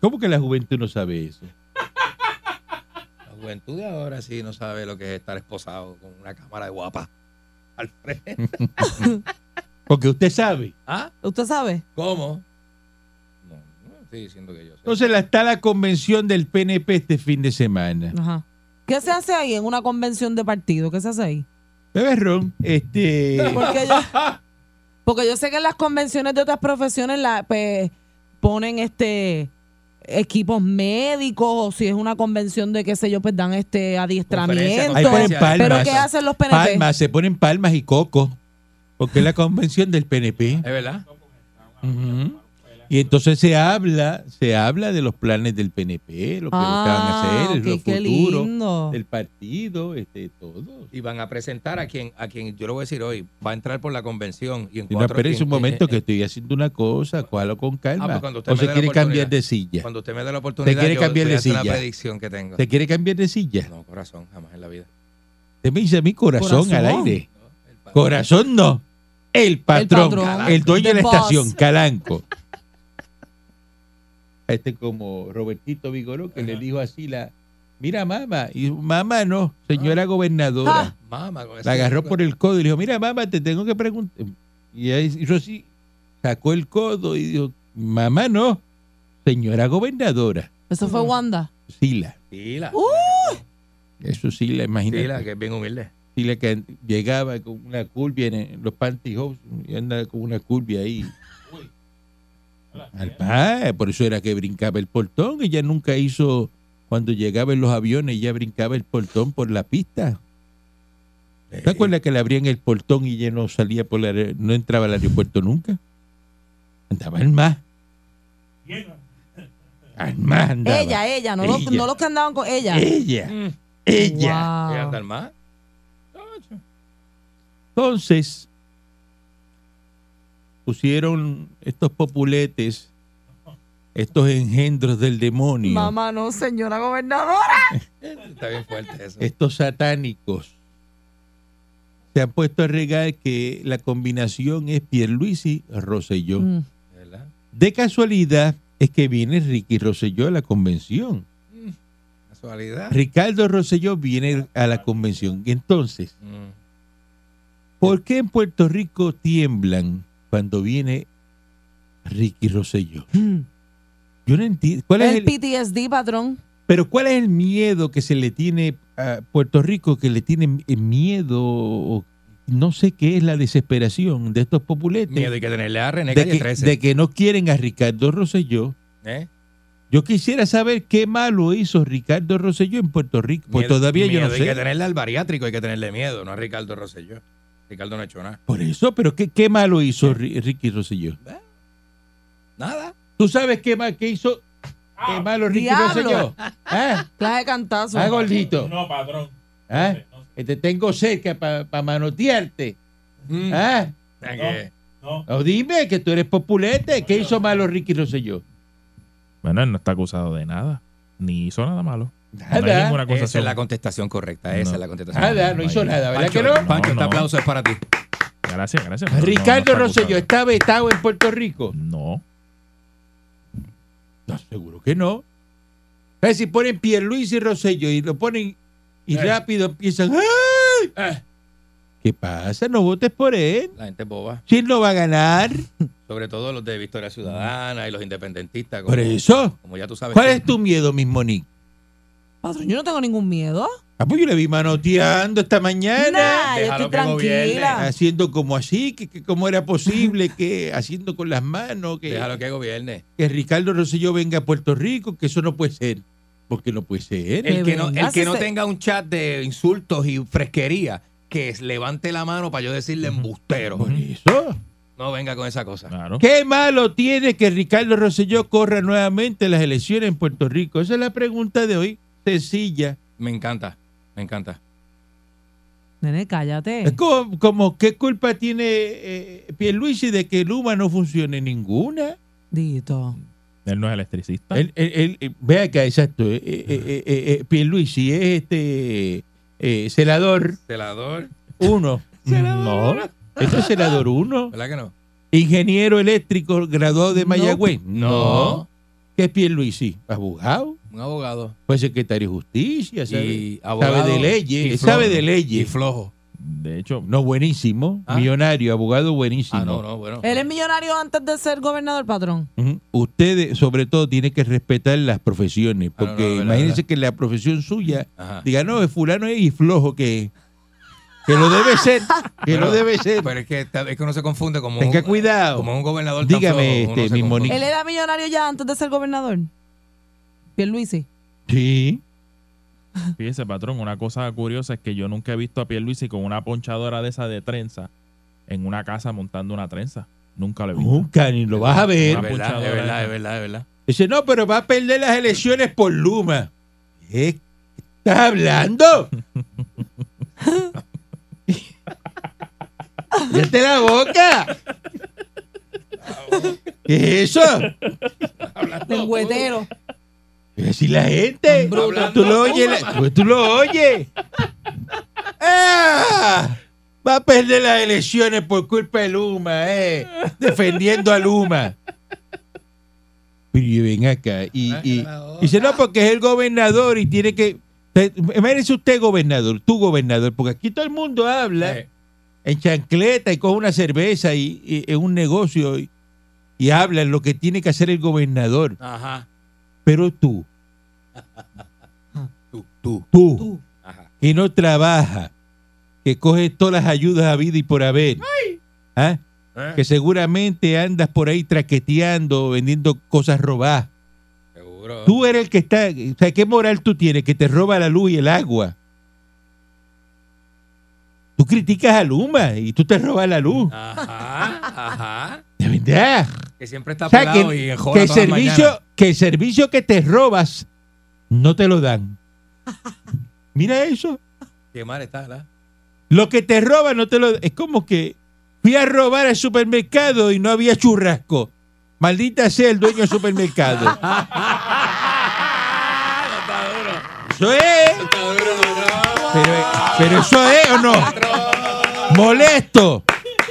¿Cómo que la juventud no sabe eso?
La juventud de ahora sí no sabe lo que es estar esposado con una cámara de guapa al frente.
Porque usted sabe.
¿Ah?
¿Usted sabe?
¿Cómo? No, no estoy diciendo que yo sé.
Entonces la- está la convención del PNP este fin de semana.
Ajá. ¿Qué se hace ahí en una convención de partido? ¿Qué se hace ahí?
Bebé Ron, este...
Porque yo, porque yo sé que en las convenciones de otras profesiones la, pues, ponen este equipos médicos o si es una convención de qué sé yo, pues dan este adiestramiento.
Ahí ponen
conferencia.
palmas.
Pero ¿qué hacen los PNP?
Palmas, se ponen palmas y coco. Porque es la convención del PNP.
¿Es verdad?
Ujú. Y entonces se habla, se habla de los planes del PNP, lo que
Ah,
van a hacer,
ok,
los
qué
futuros
lindo.
del partido, este, todo.
Y van a presentar a quien, a quien yo lo voy a decir hoy, va a entrar por la convención y en
Y no
cuatro- eh,
espere un
en-
momento
en-
que estoy haciendo una cosa, cuálo con
Ah,
calma.
pues cuando usted
o
me
se
dé la
quiere cambiar de
oportunidad.
silla.
Cuando usted me dé la oportunidad,
quiere
yo
cambiar
voy a
de
hacer
silla.
la predicción que tengo.
¿Te quiere cambiar de silla?
No, corazón, jamás en la vida.
Te me dice mi corazón,
Corazón.
al aire.
El padre-
Corazón no. El patrón, el,
patrón.
dueño de
The
la
boss.
estación, Calanco. Este es como Robertito Vigoró que le dijo así la, mira mamá, y mamá no, señora
Ah.
gobernadora.
Mama, con ese-
La agarró por el codo y le dijo, mira mamá, te tengo que preguntar. Y ella hizo así, sacó el codo y dijo, mamá no, señora gobernadora,
Eso fue Wanda.
Sila.
Tila.
Eso Sila, imagínate.
Tila, que es bien humilde.
Y la que llegaba con una curvia en, en los pantyhose y anda con una curvia ahí. Al pa- eh, por eso era que brincaba el portón. Ella nunca hizo, cuando llegaba en los aviones, ella brincaba el portón por la pista. ¿Te acuerdas que le abrían el portón y ella no salía por la, no entraba al aeropuerto nunca? Andaba al mar. Al mar andaba.
Ella, ella, no, Los,
Ella.
no los que andaban con ella. Mm.
Ella. Ella.
¿Quiere
Wow.
andar más?
Entonces, pusieron estos populetes, estos engendros del demonio,
Mamá, no, señora gobernadora.
Está bien fuerte eso.
estos satánicos. Se han puesto a regar que la combinación es Pierluisi Rosselló.
Mm.
¿Verdad?
De casualidad es que viene Ricky Rosselló a la convención.
Casualidad.
Ricardo Rosselló viene a la convención. Entonces,
Mm.
¿por qué en Puerto Rico tiemblan cuando viene Ricky Rosselló? Yo no entiendo. ¿Cuál es
El
el,
PTSD, patrón.
pero ¿cuál es el miedo que se le tiene a Puerto Rico, que le tiene eh, miedo o no sé qué es la desesperación de estos populetes?
Miedo hay que tenerle a René
de,
Calle
que,
13.
de que no quieren a Ricardo Rosselló.
¿eh?
Yo quisiera saber qué malo hizo Ricardo Rosselló en Puerto Rico, pues
Miedo-
todavía yo
miedo
no
Hay que
sé.
tenerle al bariátrico, hay que tenerle miedo, no a Ricardo Rosselló. Ricardo no ha hecho nada.
Por eso, pero ¿qué, qué malo hizo Ri- Ricky Rosselló?
Nada.
¿Tú sabes qué, mal, qué hizo? ¿Qué malo Ricky
Diablo.
Rosselló? ¿Ah?
Clase de cantazo.
Ah, gordito. No, patrón. ¿Ah? Que te tengo cerca para manotearte.
Mm.
¿Ah?
Ah, que-
No, dime que tú eres populete. ¿Qué hizo malo Ricky Rosselló?
Bueno, él no está acusado de nada. Ni hizo nada malo. No hay
Nada.
ninguna
Esa es
acusación.
la contestación correcta, esa
No.
es la contestación.
Nada, no hizo nada, ¿verdad
Pancho,
que Ah, no?
Pancho,
No,
este
no.
aplauso es para ti.
Gracias, gracias. pero no, no
Ricardo
está
Rosselló
acusado.
está vetado en Puerto Rico.
No.
¿Estás seguro que no? ¿Sabes? Si ponen Pierluis y Rosello y lo ponen y rápido empiezan. ¡ay! Ah. ¿Qué pasa? No votes por él.
La gente es boba.
¿Quién lo va a ganar?
Sobre todo los de Victoria Ciudadana y los independentistas.
Por eso.
Como ya tú sabes.
¿Cuál es tu miedo, mis Monique?
Patrón, yo no tengo ningún miedo.
Ah, pues yo le vi manoteando esta mañana.
Nah, yo
déjalo
estoy
que gobierne.
tranquila.
Haciendo como así, que, que cómo era posible, que haciendo con las manos, que,
Déjalo que gobierne.
que Ricardo Rosselló venga a Puerto Rico, que eso no puede ser. Porque no puede ser.
El que, no,
venga,
el que
si
no
se-
tenga un chat de insultos y fresquería, que es- levante la mano para yo decirle embustero.
Por eso.
No venga con esa cosa.
Claro.
Ah, ¿Qué malo tiene que Ricardo Rosselló corra nuevamente las elecciones en Puerto Rico? Esa es la pregunta de hoy, sencilla.
Me encanta, me encanta.
Nene,
Es
cállate.
como, como ¿qué culpa tiene eh, Pierluisi de que Luma no funcione ninguna?
Dito.
Él no es electricista.
Él, él- él- eh, ve acá, exacto. eh, eh, eh, eh, eh, Pierluisi es este eh, celador
Celador,
uno. no, este es celador uno.
¿verdad que no?
Ingeniero eléctrico graduado de Mayagüez.
No.
¿Qué es Pierluisi? Abogado.
Un abogado.
Fue secretario de justicia. ¿sabe?
Y abogado
de leyes,
y
sabe
flojo,
de leyes.
Y flojo.
De hecho,
No, buenísimo.
Ah.
Millonario, abogado buenísimo.
Ah, no, no, bueno.
Él es millonario antes de ser gobernador, patrón.
Ujú. Ustedes, sobre todo, tienen que respetar las profesiones,
Ah, no,
porque
no, verdad, verdad.
imagínense
Ah.
que la profesión suya
Ajá.
diga, no, es fulano y flojo que, que lo debe ser, que lo debe ser.
Pero es que, está- es que uno se confunde como
Tenga
un,
cuidado.
Como un gobernador.
Dígame,
tan flojo, uno
este,
se
mi
confunde.
Monique.
Él era millonario ya antes de ser gobernador. Pierluisi.
Sí.
fíjese, patrón, una cosa curiosa es que yo nunca he visto a Pierluisi con una ponchadora de esa de trenza en una casa montando una trenza. Nunca lo he visto.
Nunca, ni lo vas a
Es
ver.
verdad,
Apuchadora.
es verdad, es verdad, es verdad.
Dice, no, pero va a perder las elecciones por Luma. ¿Qué estás hablando? ¡Cállate la boca! ¿Qué es eso?
Lengüetero.
¿Qué decir la gente?
Hablando
¿Tú lo
tú,
oyes? la- pues tú lo oyes. ¡Ah! Va a perder las elecciones por culpa de Luma, eh. Defendiendo a Luma. Pero y ven acá. Y, y- y dice, no, porque es el gobernador y tiene que. te- Imagínese usted gobernador, tú gobernador, porque aquí todo el mundo habla
Eh,
en chancleta y coge una cerveza y, y- en un negocio y, y habla lo que tiene que hacer el gobernador.
Ajá.
Pero tú,
Tú, tú.
tú,
Ajá.
que no trabaja, que coge todas las ayudas a vida y por haber, ¿ah?
Eh,
que seguramente andas por ahí traqueteando, vendiendo cosas robadas.
Seguro.
Tú eres el que está, o sea, ¿qué moral tú tienes que te roba la luz y el agua? Tú criticas a Luma y tú te robas la luz.
Ah. Ajá, ajá.
De verdad.
Que siempre está
O sea,
pelado y
que,
enjola
que el
todas las mañanas.
servicio, que el servicio que te robas no te lo dan. Mira eso.
Qué mal está, ¿verdad?
Lo que te roba no te lo... Es como que fui a robar al supermercado y no había churrasco. Maldita sea el dueño del supermercado. Eso es. Pero, eh? pero eso es o no. Molesto.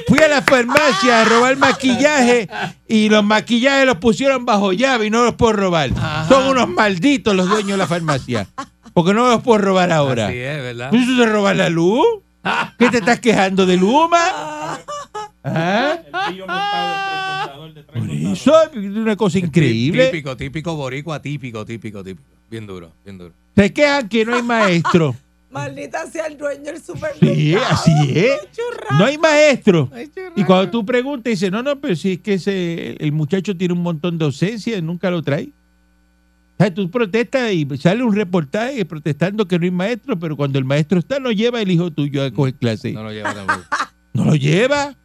Fui a la farmacia a robar maquillaje y los maquillajes los pusieron bajo llave y no los puedo robar. Son unos malditos los dueños de la farmacia. Porque no los puedo robar ahora.
Así es, ¿verdad?
¿Tú eso te roba la luz? ¿Qué te estás quejando de Luma? ¿Ah? Por eso es una cosa increíble.
Típico, típico boricua, típico, típico, típico. Bien duro, bien duro.
Se quejan que no hay maestro.
Maldita sea el dueño del supermercado.
Sí, así es. No hay maestro. Y cuando tú preguntas, dice, no, no, pero si es que ese, el muchacho tiene un montón de ausencias, nunca lo trae. O sea, tú protestas y sale un reportaje protestando que no hay maestro, pero cuando el maestro está, no lleva el hijo tuyo a coger clase.
No lo lleva tampoco.
No lo lleva.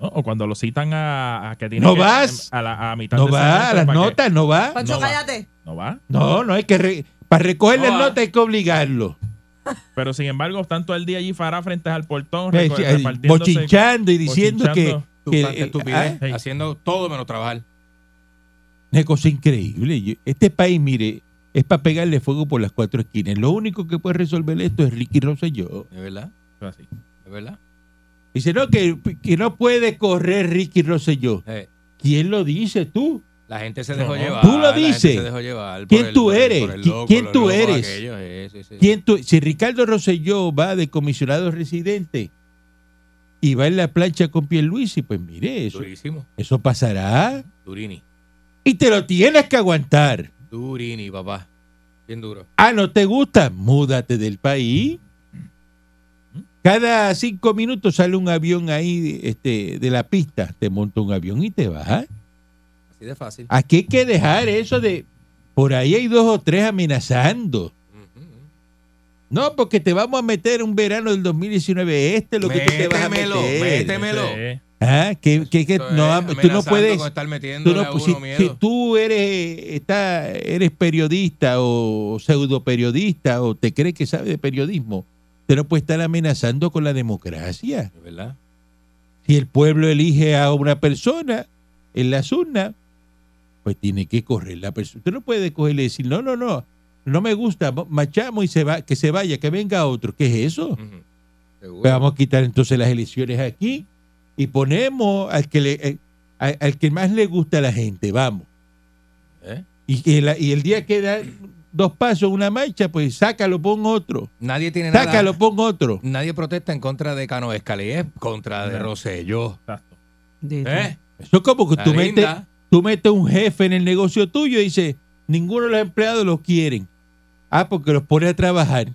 ¿no? O cuando lo citan a, a que tiene
No
que-
vas.
a, la, a mitad
No
de
va a
semestre
las
para que-
notas, no eh. va.
Pancho,
No va.
cállate.
No va.
No, no hay que. re- para recoger
No
las
va.
notas hay que obligarlo.
Pero sin embargo, tanto el día allí Farah frente al portón,
Eh,
reco-
eh,
repartiéndose-
Bochinchando y diciendo que.
bochinchando.
Tú
que-
tanta
eh,
estupidez,
ah,
ah.
haciendo todo menos trabajar.
Una cosa increíble. Yo- Este país, mire, es para pegarle fuego por las cuatro esquinas. Lo único que puede resolver esto es Ricky Rosselló.
¿Es verdad?
Así.
¿Es verdad?
Dice, no, que, que no puede correr Ricky Rosselló.
Eh,
¿Quién lo dice tú?
La gente se dejó
No.
llevar.
Tú lo
la gente
dices.
se dejó llevar por
¿Quién
el-
tú
por el-
eres?
por el loco,
¿Quién
los
tú
locos
eres?
aquellos, eh, sí, sí, sí.
¿Quién tú- si Ricardo Rosselló va de comisionado residente y va en la plancha con Pierluisi, pues mire, eso,
Durísimo.
eso pasará
Durini.
y te lo tienes que aguantar.
Durini, papá. Bien duro.
Ah, ¿no te gusta? Múdate del país. Cada cinco minutos sale un avión ahí este, de la pista, te monta un avión y te vas.
Así de fácil.
Aquí hay que dejar eso de... Por ahí hay dos o tres amenazando. No, porque te vamos a meter un verano del 2019 este, lo que tú te vas a meter.
Métemelo, métemelo.
Sí.
Ah, que, que- que
Eso es,
no, tú no
amenazando
puedes.
con estar metiéndole
tú no- pues
a uno
si,
miedo.
si tú eres, eh, está, eres periodista o pseudo periodista o te crees que sabes de periodismo, te no puedes estar amenazando con la democracia.
De ¿Verdad?
Si el pueblo elige a una persona en las urnas, pues tiene que correr la persona. Usted no puede cogerle y decir, no, no, no, no me gusta, machamos y se va, que se vaya, que venga otro. ¿Qué es eso?
Ujú. Seguro.
Pues vamos a quitar entonces las elecciones aquí y ponemos al que, le, eh, al, al que más le gusta a la gente, vamos.
¿Eh?
Y, que la- y el día que da dos pasos una marcha, pues sácalo, pon otro.
Nadie tiene nada.
Sácalo, pon otro.
Nadie protesta en contra de Cano Escalé, contra de
No.
Rosselló.
Exacto.
¿Eh?
Eso es como que
La
tú metes,
linda.
tú metes un jefe en el negocio tuyo y dices, ninguno de los empleados los quieren. Ah, porque los pone a trabajar.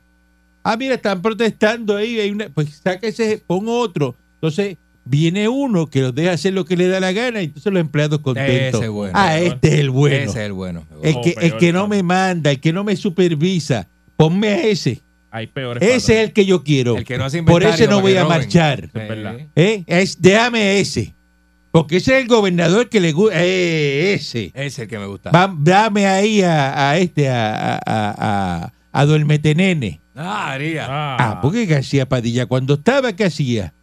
Ah, mira, están protestando ahí. Hay una, pues saca ese, je- pon otro. Entonces viene uno que los deja hacer lo que le da la gana y entonces los empleados contentos.
Ese es bueno.
ah, este es el bueno.
Ese es el bueno. Oh,
El
O
que, el
peor,
que no
claro.
me manda, el que no me supervisa. Ponme a ese.
Hay peores.
Ese es el que yo quiero.
El que no hace
Por
inventario
ese no
para
voy
que
a
roben.
marchar.
Sí.
Es verdad.
¿Eh? Es, déjame ese. Porque ese es el gobernador que le gusta. ese.
Ese es el que me gusta.
Va- dame ahí a, a este, a, a, a, a- a Duermetenene.
Ah, haría.
Ah,
Ah,
porque ¿qué hacía Padilla? Cuando estaba, ¿qué hacía?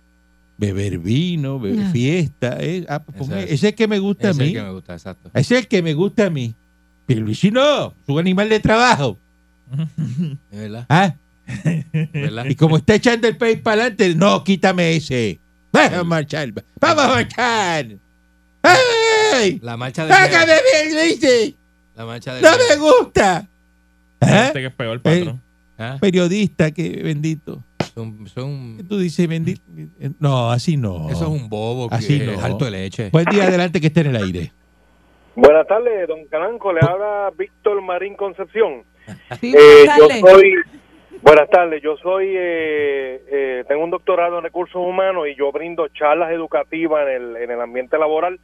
Beber vino, beber
Ah.
fiesta. eh. Ah, pues,
Ese
ponme-
es.
ese es el que me
Ese
gusta
es
a
el
mí.
que me gusta, exacto.
Ese es el que me gusta a mí. Pero Luisi no, es un animal de trabajo.
Es verdad.
¿Ah?
es verdad.
Y como está echando el país para adelante, no, quítame ese. Vamos a marchar. Vamos a marchar. ¡Ay!
La marcha del
¡Sácame
miedo.
bien, Luisi!
La marcha del
¡No me
miedo.
gusta!
hay
¿Ah?
gente que es peor, patrón.
Ah,
Periodista, que bendito.
son-
¿Qué
son-
tú dices, bendito? No, así no.
Eso es un bobo que
Así
es
no.
alto de leche.
Buen día, adelante, que esté en el aire.
Buenas tardes, don Cananco. Le habla Víctor Marín Concepción.
Sí,
Eh,
buenas
yo
tardes.
soy. Buenas tardes, yo soy. eh, eh, tengo un doctorado en recursos humanos y yo brindo charlas educativas en el, en el ambiente laboral.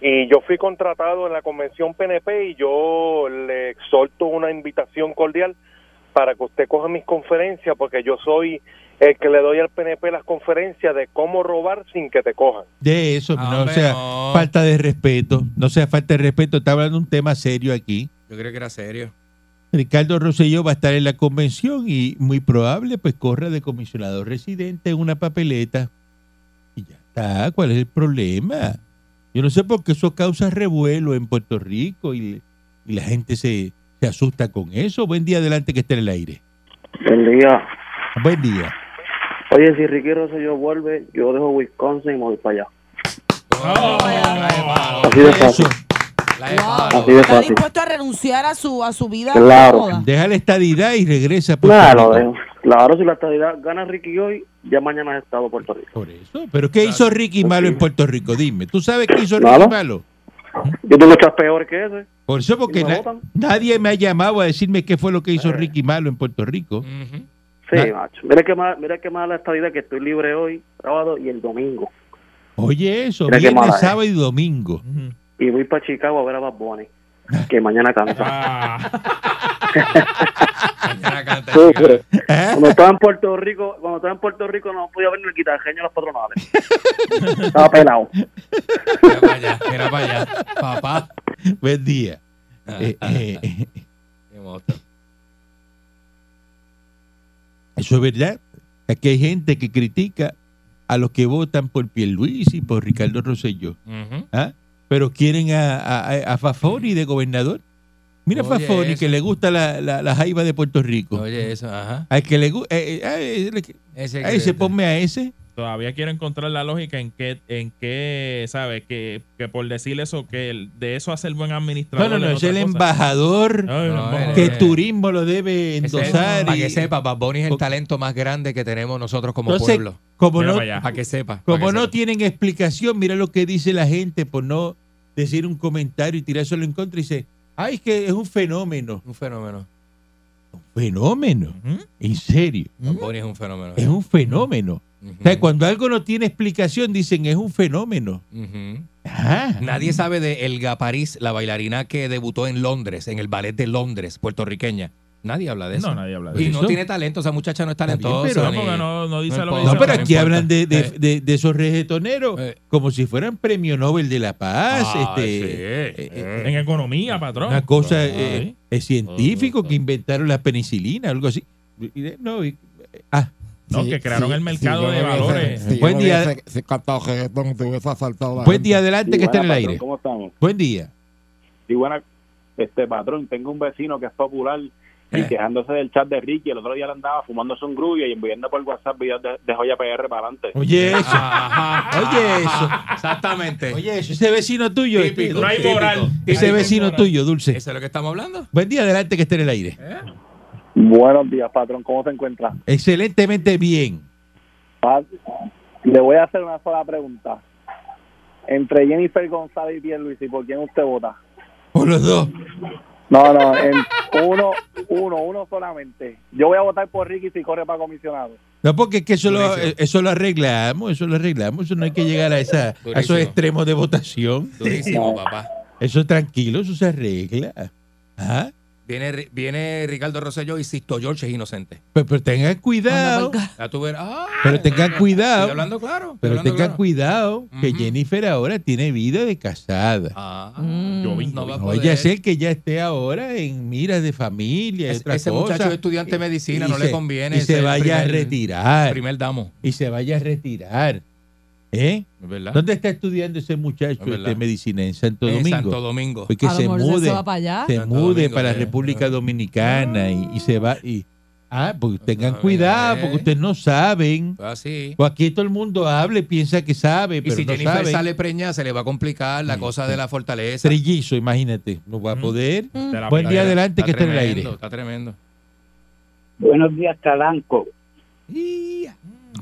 Y yo fui contratado en la convención PNP y yo le exhorto una invitación cordial para que usted coja mis conferencias, porque yo soy el que le doy al PNP las conferencias de cómo robar sin que te cojan.
De eso,
Ah,
no
hombre,
sea
no.
falta de respeto. No sea falta de respeto. Está hablando un tema serio aquí.
Yo creo que era serio.
Ricardo Rosselló va a estar en la convención y muy probable pues corra de comisionado residente en una papeleta. Y ya está, ¿cuál es el problema? Yo no sé por qué eso causa revuelo en Puerto Rico y, y la gente se, se asusta con eso. Buen día, adelante que esté en el aire.
Buen día.
Buen día.
Oye, si Ricky Rosselló vuelve, yo dejo Wisconsin y me voy para allá. Así de
Eso,
fácil.
La de
Wow.
palo.
Así de
¿Está
fácil.
dispuesto a renunciar a su, a su vida
Claro.
cómoda?
deja la estadidad y regresa. a Puerto
Nada, lo
Rico.
dejo. Claro, eh. si la estabilidad gana Ricky hoy, ya mañana es Estado de Puerto Rico.
Por eso. ¿Pero qué hizo Ricky malo en Puerto Rico? Dime, ¿tú sabes qué hizo Ricky
Nada.
malo?
Yo tengo muchas peores que ese.
Por eso, porque
¿Y me
na-
votan?
nadie me ha llamado a decirme qué fue lo que hizo
Eh.
Ricky malo en Puerto Rico.
Ujú.
Sí,
Nah.
macho. Mira qué mala, mira qué mala la estabilidad que estoy libre hoy, sábado y el domingo.
Oye, eso,
Mira qué
viernes,
mala, eh.
sábado y domingo.
Ujú.
Y voy para Chicago a ver a Bad Bunny, que mañana canta.
Ah,
Mañana canta,
Sí,
chica.
pero
¿Eh?
Cuando estaba en Puerto Rico, cuando estaba en Puerto Rico no podía ver ni el guitarreño de las patronales. Estaba pelado.
Mira para allá, mira para allá. Papá.
Buen día. Eh, eh, eh,
Qué monstruo.
Eso es verdad. Aquí hay gente que critica a los que votan por Pierluisi y por Ricardo Rosselló.
Ujú.
¿ah? Pero quieren a, a, a- a Fafoni de gobernador. Mira a
Oye,
Fafoni
eso.
que le gusta la, la, la jaiba de Puerto Rico.
Oye, eso, ajá.
eh, Al que ah, le gusta...
Ese
A ese,
que-
ponme a ese.
todavía quiero encontrar la lógica en qué, en qué, ¿sabes? Que, que por decir eso, que el- de eso hacer buen
No,
administrador.
no, no,
es
es el
otra cosa.
embajador
No, el embajador.
que turismo lo debe
eh, Ese es-
endosar.
para
y-
que sepa, Bad Bunny es el talento más grande que tenemos nosotros como
Entonces,
pueblo.
como
Mira
no-
para allá. Para que sepa. para
Como
que
no
sepa.
tienen explicación, mira lo que dice la gente por no decir un comentario y tirárselo en contra. Y dice, ay, es que es un fenómeno.
Un fenómeno.
Fenómeno. En serio.
¿Mm?
Bad Bunny es un fenómeno.
Es un fenómeno. O sea, cuando algo no tiene explicación, dicen es un fenómeno.
Ujú.
Ah.
Nadie sabe de Elga París, la bailarina que debutó en Londres, en el ballet de Londres, puertorriqueña. Nadie habla de eso.
No, nadie habla de
Y
eso.
no tiene talento, esa muchacha no es talentosa.
pero-
ni-
No, porque no- no dice lo que
importa,
No, pero
no
aquí
importa.
hablan de, de-
Eh,
de- de esos reggaetoneros como si fueran premio Nobel de la Paz.
Ah,
este,
sí.
eh.
en economía, patrón.
Una cosa eh,
Ay.
es científico que inventaron la penicilina, algo así. Y de- No, y- ah.
No, que crearon el mercado de valores.
Buen día.
Se cantado reggaetón, te hubiese asaltado la
Buen
gente.
día, adelante, que esté en el
buena,
aire.
patrón, ¿cómo estamos?
Buen día.
Sí, buena, este patrón, tengo un vecino que es popular
Eh.
y quejándose del chat de Ricky, el otro día le andaba fumándose un grullo y enviando por WhatsApp videos de, de Joya PR para adelante.
Oye eso. Oye eso.
Exactamente.
Oye eso. Ese vecino tuyo. este,
Típico, no hay
Dulce.
moral.
Ese
Típico.
vecino tuyo, Dulce.
¿Eso es lo que estamos hablando?
Buen día, adelante, que esté en el aire.
Buenos días, patrón. ¿Cómo se encuentra?
Excelentemente bien.
Pa- Le voy a hacer una sola pregunta. Entre Jennifer González y Pierluisi, ¿por quién usted vota?
Por los dos.
No, no, en- uno, uno, uno solamente. Yo voy a votar por Ricky si corre para comisionado.
No, porque es que eso lo, eh, eso lo arreglamos, eso lo arreglamos. Eso no hay que llegar a, esa, a
Durísimo.
esos extremos de votación.
Durísimo, papá.
Eso tranquilo, eso se arregla. Ah, Ajá.
Viene, Ri- viene Ricardo Rosselló y Sisto George es inocente.
Pero, pero pues, tengan cuidado.
Ya tú verás. Ah,
Pero tengan cuidado.
Estoy hablando claro. estoy
Pero
hablando
tengan
claro.
cuidado que Jennifer ahora tiene vida de casada.
Ah,
Mm.
yo vi.
no va a
No
poder.
vaya a ser que ya esté ahora en miras de familia. y
Es-
otra
ese
cosa.
muchacho es estudiante de medicina, no le conviene
Y se
ser
vaya a
primer-
retirar.
Primer damo.
Y se vaya a retirar. ¿Eh?
Es ¿Verdad?
¿Dónde está estudiando ese muchacho
Es verdad.
de medicina? En Santo
En
Domingo.
Santo Domingo.
Pues que
A lo
se
mejor se
mude.
va para allá.
Se
Santo
mude
Domingo,
para la
eh.
República Dominicana y, y se va. Y, ah, pues tengan
Domingo,
cuidado
eh.
porque ustedes no saben.
Pues así.
Pues aquí todo el mundo habla y piensa que sabe,
Y
pero
si
no
Jennifer
sabe.
sale preñada, se le va a complicar la cosa de la fortaleza.
Trillizo, imagínate. No
Mm.
va a poder.
Te la
Buen
pela.
día adelante que esté en el
tremendo,
aire.
Está tremendo.
Buenos días, Calanco.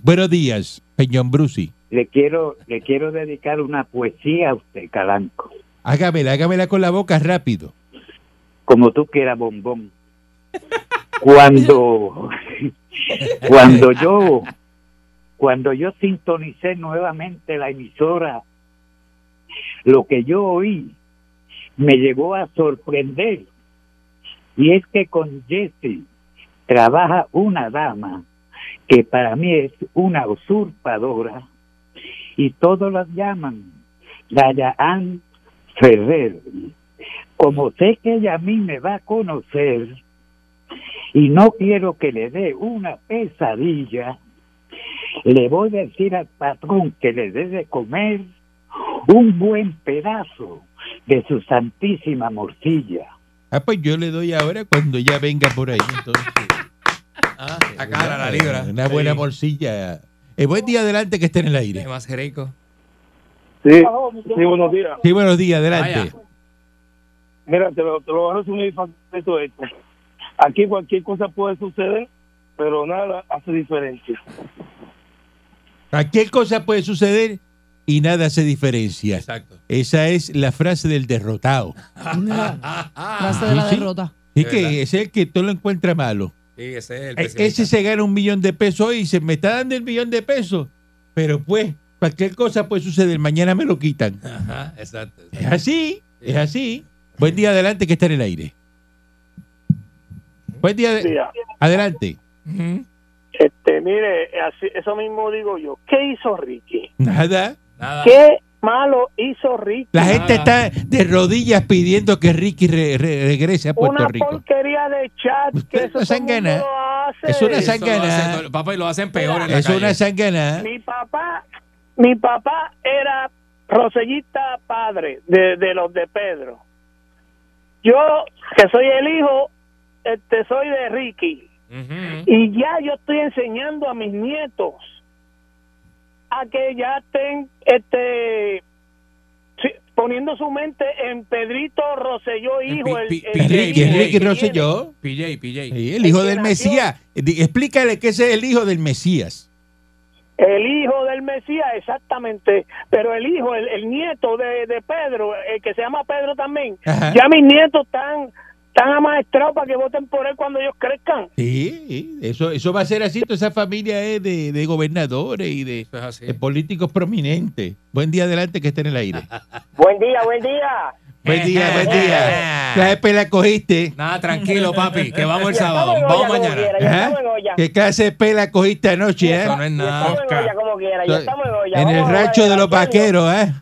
Buenos días, Peñón Brusi.
Le quiero, le quiero dedicar una poesía a usted, Calanco.
Hágamela, hágamela con la boca rápido.
Como tú quieras, bombón. Cuando, cuando yo, cuando yo sintonicé nuevamente la emisora, lo que yo oí me llegó a sorprender. Y es que con Jesse trabaja una dama que para mí es una usurpadora y todos las llaman Dayaan Ferrer. Como sé que ella a mí me va a conocer y no quiero que le dé una pesadilla, le voy a decir al patrón que le dé de comer un buen pedazo de su santísima morcilla.
Ah, pues yo le doy ahora cuando ya venga por ahí. entonces.
Ah, a cara, a la libra.
Una buena
Sí.
bolsilla. Eh, buen día adelante que esté en el
Es
aire.
más rico.
Sí, sí, buenos días.
Sí, buenos días, adelante.
Mira, te lo, te lo voy a resumir fácil todo esto. Aquí cualquier cosa puede suceder, pero nada hace diferencia.
Cualquier cosa puede suceder y nada hace diferencia.
Exacto.
Esa es la frase del derrotado. Ah,
Ah,
Frase de la
Sí, sí.
derrota.
Y
De verdad.
que es el que todo lo encuentra malo.
Sí, ese es el
E-
pesimista.
Ese se gana un millón de pesos hoy y se me está dando el millón de pesos. Pero pues, cualquier cosa puede suceder. Mañana me lo quitan.
Ajá, exacto.
Es así, es así. Buen día adelante que está en el aire. Buen día. de-
Mira,
Adelante.
Ujú.
este, mire, así- eso mismo digo yo. ¿Qué hizo Ricky?
Nada.
Nada.
¿Qué malo hizo Ricky?
La gente está de rodillas pidiendo que Ricky re- re- regrese a Puerto
Una
Rico.
porquería de chat que
Ustedes
eso
no
todo el
sangana.
mundo lo hace.
¿eh? Es una
Eso lo
sangana.
hacen todo- Papá, y lo hacen peor en la
Es una
calle.
sangana.
Mi papá, mi papá era Rosellita padre de, de los de Pedro. Yo, que soy el hijo, este, soy de Ricky.
Ujú.
Y ya yo estoy enseñando a mis nietos a que ya estén este si- poniendo su mente en Pedrito Rosselló hijo el, el-
Enrique,
el-
Enrique Rosselló.
PJ, PJ.
Sí, el hijo del Mesías. Di- Explícale que ese es el hijo del Mesías.
el hijo del Mesías exactamente pero el hijo el, el nieto de, de Pedro el que se llama Pedro también ya mis nietos están están amaestrados para que voten por él cuando ellos crezcan
Sí, sí, eso, eso va a ser así. Toda esa familia es de, de gobernadores y de, de políticos prominentes. Buen día adelante que esté en el aire.
Buen día, buen día.
buen día, buen día. La EP la cogiste.
Eh, Nada, tranquilo, papi, que vamos el sábado.
estamos en olla como
Vamos mañana.
quiera, ya estamos en olla.
¿Ah? ¿Qué clase de pela cogiste anoche? eh?
Eso no es nada.
Estamos en olla como quiera, ya estamos en olla.
En
Vamos a
el
jugar
rancho de los vaqueros, ¿eh?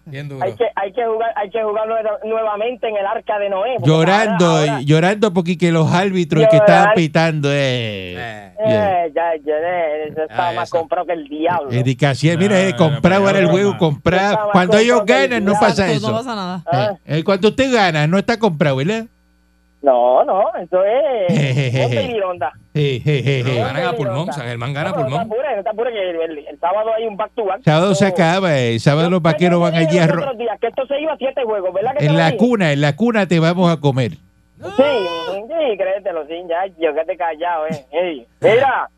Hay que, hay que jugar, hay que jugar nueva- nuevamente en el arca de Noé. porque
Llorando,
ahora-
eh, llorando porque que los árbitros que estaban pitando, eh. Yeah.
eh, ya, ya, eh, eso estaba más comprado que el diablo.
Eric Asier, mira, eh, comprado era el juego, comprado. Cuando ellos ganan, no pasa
Exacto,
eso.
no pasa nada.
Eh, eh, cuando usted gana, no está comprado, ¿verdad?
No, no, eso es. ponte lironda.
Eh, eh, eh,
Pero
eh.
ganan a pulmón, San Germán gana a
No, no te
pulmón.
apures, no te apures, que el, el- el sábado hay un back to back.
pues, Sábado se acaba, eh. sábado los vaqueros van allí a
Los
ro-
otros días, que esto se iba a siete juegos, ¿verdad? Que te
En
lo
la
dije?
cuna, en la cuna te vamos a comer.
Sí, sí, créetelo, sí, ya, yo que te callado, eh. Ey, mira,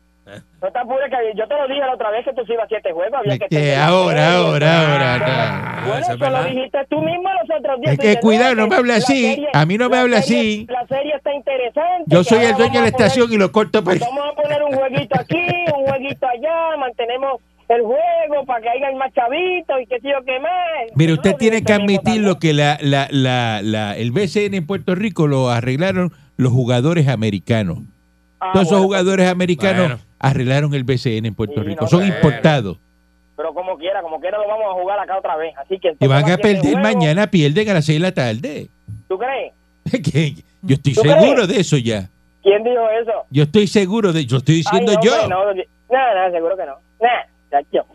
no te apures, que yo te lo dije la otra vez que tú se ibas a siete juegos, había que...
Eh, ahora, ahora, ahora. no.
Bueno, eso lo dijiste tú mismo los otros días.
Es que
Dices,
cuidado,
que
no me hable
la
así.
serie-
A mí no me
la
hable
serie-
así.
La serie está interesante.
Yo
que
soy el
ahora
dueño de la
vamos a poner-
estación y lo corto para...
Vamos a poner un jueguito aquí, un jueguito allá, mantenemos el juego para que hayan más chavitos y qué sé yo qué más.
Mire, usted tiene que admitirlo que la, la, la, la- el BCN en Puerto Rico lo arreglaron los jugadores americanos.
Ah,
Todos esos jugadores americanos
Bueno.
arreglaron el BCN en Puerto Rico.
no,
Son
bueno.
importados.
Pero como quiera, como quiera lo vamos a jugar acá otra vez. Así que...
Y van a
siete
perder
juegos,
mañana, pierden a las 6 de la tarde.
¿Tú crees?
Que Yo estoy
¿Tú crees?
seguro de eso ya.
¿Quién dijo eso?
Yo estoy seguro de Yo estoy diciendo
Ay, no,
yo.
hombre, No, no, no, no, seguro que no. Nah, chacho.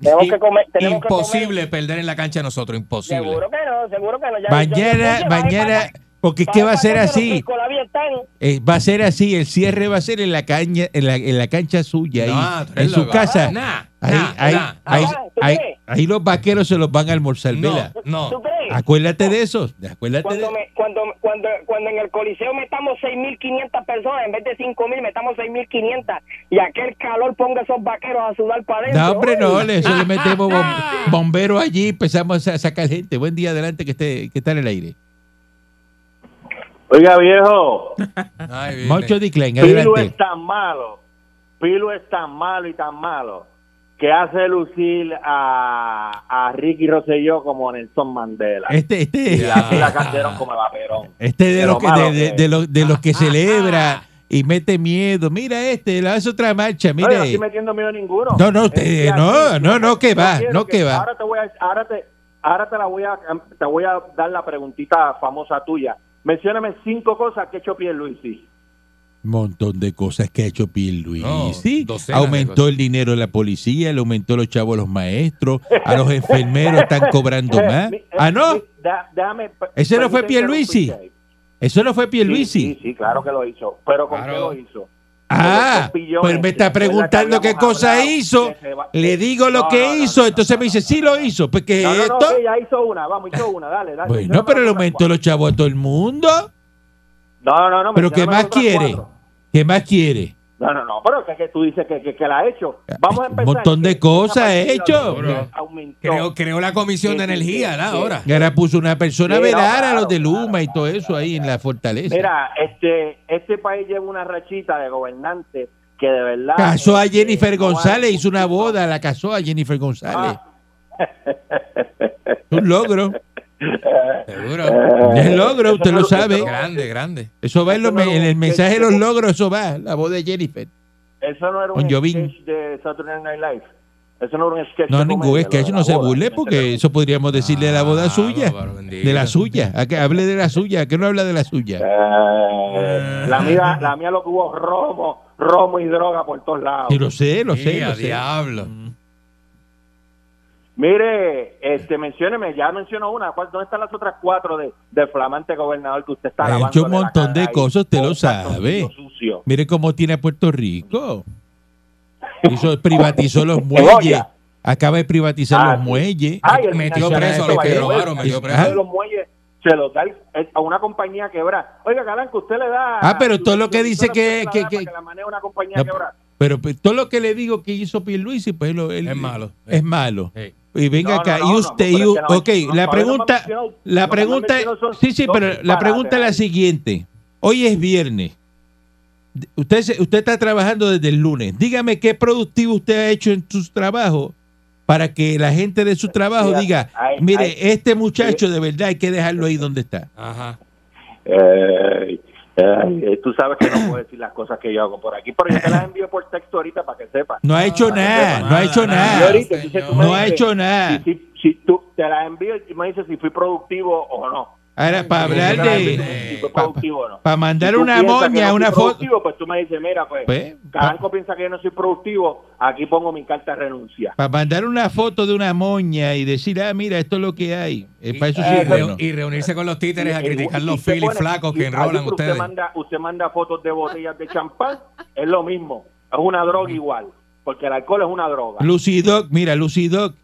Tenemos que comer, tenemos
Imposible perder en la cancha nosotros,
que comer.
imposible.
Seguro que no, seguro que no. Ya- eh,
Mañana,
ya- ya-
mañana, porque es que va a ser así.
Con la vida están.
Eh, va a ser así, el cierre va a ser en la caña, en la, en la cancha suya, ahí,
No, tú eres
en su
loco.
casa.
Nah,
ahí,
nah,
ahí,
nah.
ahí,
Ah, ¿tú
ahí-
crees?
ahí los vaqueros se los van a almorzar, vela.
No,
¿Tú crees?
Acuérdate de eso, acuérdate de
Cuando, me- cuando, cuando, cuando en el Coliseo metamos 6.500 personas, en vez de 5.000 metamos 6.500 y aquel calor ponga esos vaqueros a sudar para adentro.
No, hombre, no,
¡Uy!
le- eso le metemos bom- bomberos allí, empezamos a sacar gente. Buen día, adelante, que esté, que está en el aire.
Oiga, viejo.
eh,
Moncho Diclen,
Pilo
adelante.
es tan malo, Pilo es tan malo y tan malo que hace lucir a, a Ricky Rosselló como Nelson Mandela.
Este, este,
Y así la cantaron como la Perón.
Este de
Pero eh. Ah,
los que,
malo
de, de-
que-
de los, de los que celebra y mete miedo. Mira este, la hace otra marcha, este.
No, yo no
mire.
estoy metiendo miedo a ninguno.
No, no,
Es
usted-
que
no,
así-
no, no, que va,
quiero
no, que va.
Ahora te voy a, ahora te, ahora te la voy a, te voy a dar la preguntita famosa tuya. Mencióname cinco cosas que ha hecho Pierluisi.
montón de cosas que ha hecho Pierluisi.
No,
sí,
docenas de
aumentó el dinero de la policía, le aumentó los chavos a los maestros, a los enfermeros están cobrando
Eh,
más.
mi- eh,
Ah, no,
mi- da- déjame.
ese no fue
permíteme
Pierluisi.
interrumpirte ahí.
Eso no fue Pierluisi.
Sí, sí, claro que lo hizo. Pero ¿con qué lo hizo?
Ah, pues me está preguntando qué cosa hizo. Le digo lo que hizo, entonces me dice, sí lo hizo. Pues que
No, no, no,
esto.
sí, ya hizo una, vamos, hizo una, dale, dale.
Bueno, pero le aumentó los chavos a todo el mundo.
No, no, no.
Pero
mencióname
¿qué más
las otras
quiere?
cuatro.
¿Qué más quiere?
No, no, no, pero que, que tú dices que, que, que la ha hecho. Vamos a
Un
empezar.
montón de cosas ha hecho.
Creo, creo la comisión de energía, ¿verdad? Ahora.
Y ahora puso una persona a
Sí, no,
velar a
claro,
los de Luma y todo eso ahí en la fortaleza.
Mira, este, este país lleva una rachita de gobernantes que de verdad.
casó a
eh,
Jennifer
no hay-
González, hizo una boda, la casó a Jennifer González. Un logro.
Seguro.
Es logro, Eh, usted lo sabe.
Grande, grande.
Eso va en, los me- en el mensaje de los logros, eso va, la voz de Jennifer.
Eso no era
Con
un
Jovín.
sketch de Saturday Night Live. Eso no era un sketch.
No,
de
ningún
comedia,
sketch,
lo de la
no se
boda.
burle porque eso podríamos decirle de la boda suya. De la suya, a que hable de la suya, ¿a que no habla de la suya.
Eh, La mía, la mía lo que hubo romo, romo y droga por todos lados.
Sí, lo sé, lo sé,
Sí, a
lo sé.
diablo.
Mire, este, mencióneme, ya mencionó una. ¿cuál- ¿Dónde están las otras cuatro de, del flamante gobernador que usted está
Ha
lavando?
hecho un montón de cosas, usted lo sabe. Mire cómo tiene a Puerto Rico. Hizo- privatizó los
En
muelles.
olla.
Acaba de privatizar
Ah,
los muelles.
Ay, el
Metió
financiamiento
preso a los que
valió
robaron,
huevo.
metió
Eso
preso.
de Los muelles se los da el- el- a una compañía quebrada. Oiga, Galán, que usted le da.
Ah, pero todo lo que dice
usted
que-
se la
que-
da
que-
para la maneje una compañía
No,
quebrada.
Pero pues, todo lo que le digo que hizo Pierluisi, pues él, es malo. Es malo. Y venga
No, no,
acá,
no,
y
no,
usted,
pero
y
es
u-
que no,
ok,
no,
la
todavía no me ha
pregunta, la
mencionado- lo que me ha
pregunta,
mencionado son
sí, sí,
dos
pero la
disparates
pregunta es la
ahí.
siguiente. Hoy es viernes. D- Usted, se- usted está trabajando desde el lunes. Dígame qué productivo usted ha hecho en su trabajo para que la gente de su trabajo
Mira,
diga,
hay-
mire,
hay-
este muchacho de verdad hay que dejarlo ahí donde está.
Ajá. Eh, eh, tú sabes que no puedo decir las cosas que yo hago por aquí, pero yo te las envío por texto ahorita para que sepas.
No ha hecho
Para que
nada,
sepas.
no ha hecho nada.
Yo ahorita, entonces tú me
No ha
dices
hecho nada.
Si, si- si tú te las envío y me dices si fui productivo o no.
Ahora, para hablar de,
Si fui productivo o no.
para mandar
Si tú
una
piensas que
moña,
no
una
fui
foto.
productivo, Pues tú me dices, mira, pues,
Pues,
Caranco piensa que yo no soy productivo, aquí pongo mi carta de renuncia.
Para mandar una foto de una moña y decir, ah, mira, esto es lo que hay. Eh, para eso sí
y,
es bueno.
y reunirse con los títeres a
Y- y-
criticar
y
los
usted
filis
pone-
flacos que
y-
enrolan
ahí Usted
ustedes.
manda, usted manda fotos de botellas de champán, es lo mismo, es una droga igual, porque el alcohol es una droga.
Lucidoc, mira, Lucidoc.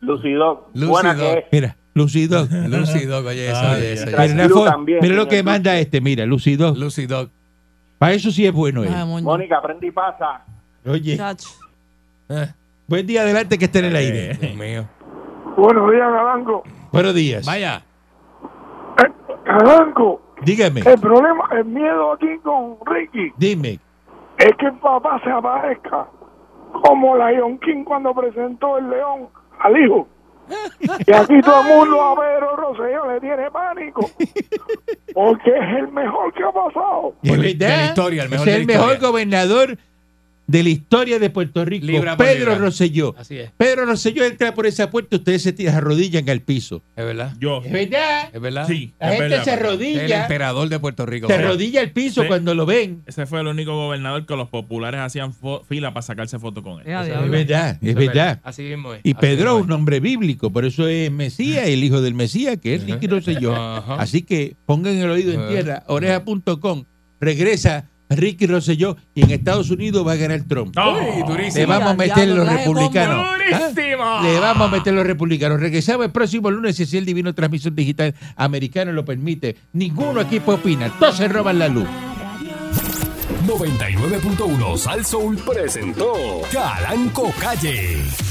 Lucidoc, buena que es.
Mira, Lucidoc.
Lucidoc, oye, eso, oye, eso.
Mira, la
Blue
foto,
también,
mira lo
señor
que
Lucy.
manda este, mira, Lucidoc.
Lucidoc.
Para eso sí es bueno él.
Mónica, prende y pasa.
Oye, buen día, adelante que esté en el aire.
Eh, Dios mío.
Buenos días, Galanco.
Buenos días.
Vaya.
Galanco,
Dígame,
Eh,
el problema, el miedo aquí con Ricky
dime.
es que el papá se aparezca como Lion King cuando presentó el león al hijo. Y aquí todo el mundo a Pedro Rosselló le tiene pánico porque es el mejor que ha pasado.
Es verdad,
historia, el mejor
es
de
el
la
mejor
historia.
gobernador de la historia de Puerto Rico,
Libra por
Pedro
libra.
Rosselló.
Así es.
Pedro Rosselló entra por esa puerta, ustedes se tiran- arrodillan al piso.
Es verdad.
Yo.
Es verdad.
Es verdad.
Sí,
La gente se
El
arrodilla,
emperador de Puerto Rico.
se arrodilla al piso
Sí.
cuando lo ven.
Ese fue el único gobernador que los populares hacían fo- fila para sacarse foto con él.
Es verdad, es
Eso es
verdad.
verdad. Así mismo es,
Y
así
Pedro
mismo
es un nombre bíblico, por eso es Mesías, el hijo del Mesías, que es Ricky Rosselló.
Ajá.
Así que pongan el oído en
Ajá.
tierra, oreja.com, regresa Ricky Rosselló y en Estados Unidos va a ganar Trump.
Oh, Uy, durísimo.
Le vamos a
Ya,
meter
ya,
los
traje bomba.
republicanos. ¿Ah?
Durísimo.
Le vamos a meter los republicanos. Regresamos el próximo lunes si así el divino transmisión digital americano lo permite. Ninguno aquí opina. Todos se roban la luz.
99.1 Sal Soul presentó Calanco Calle.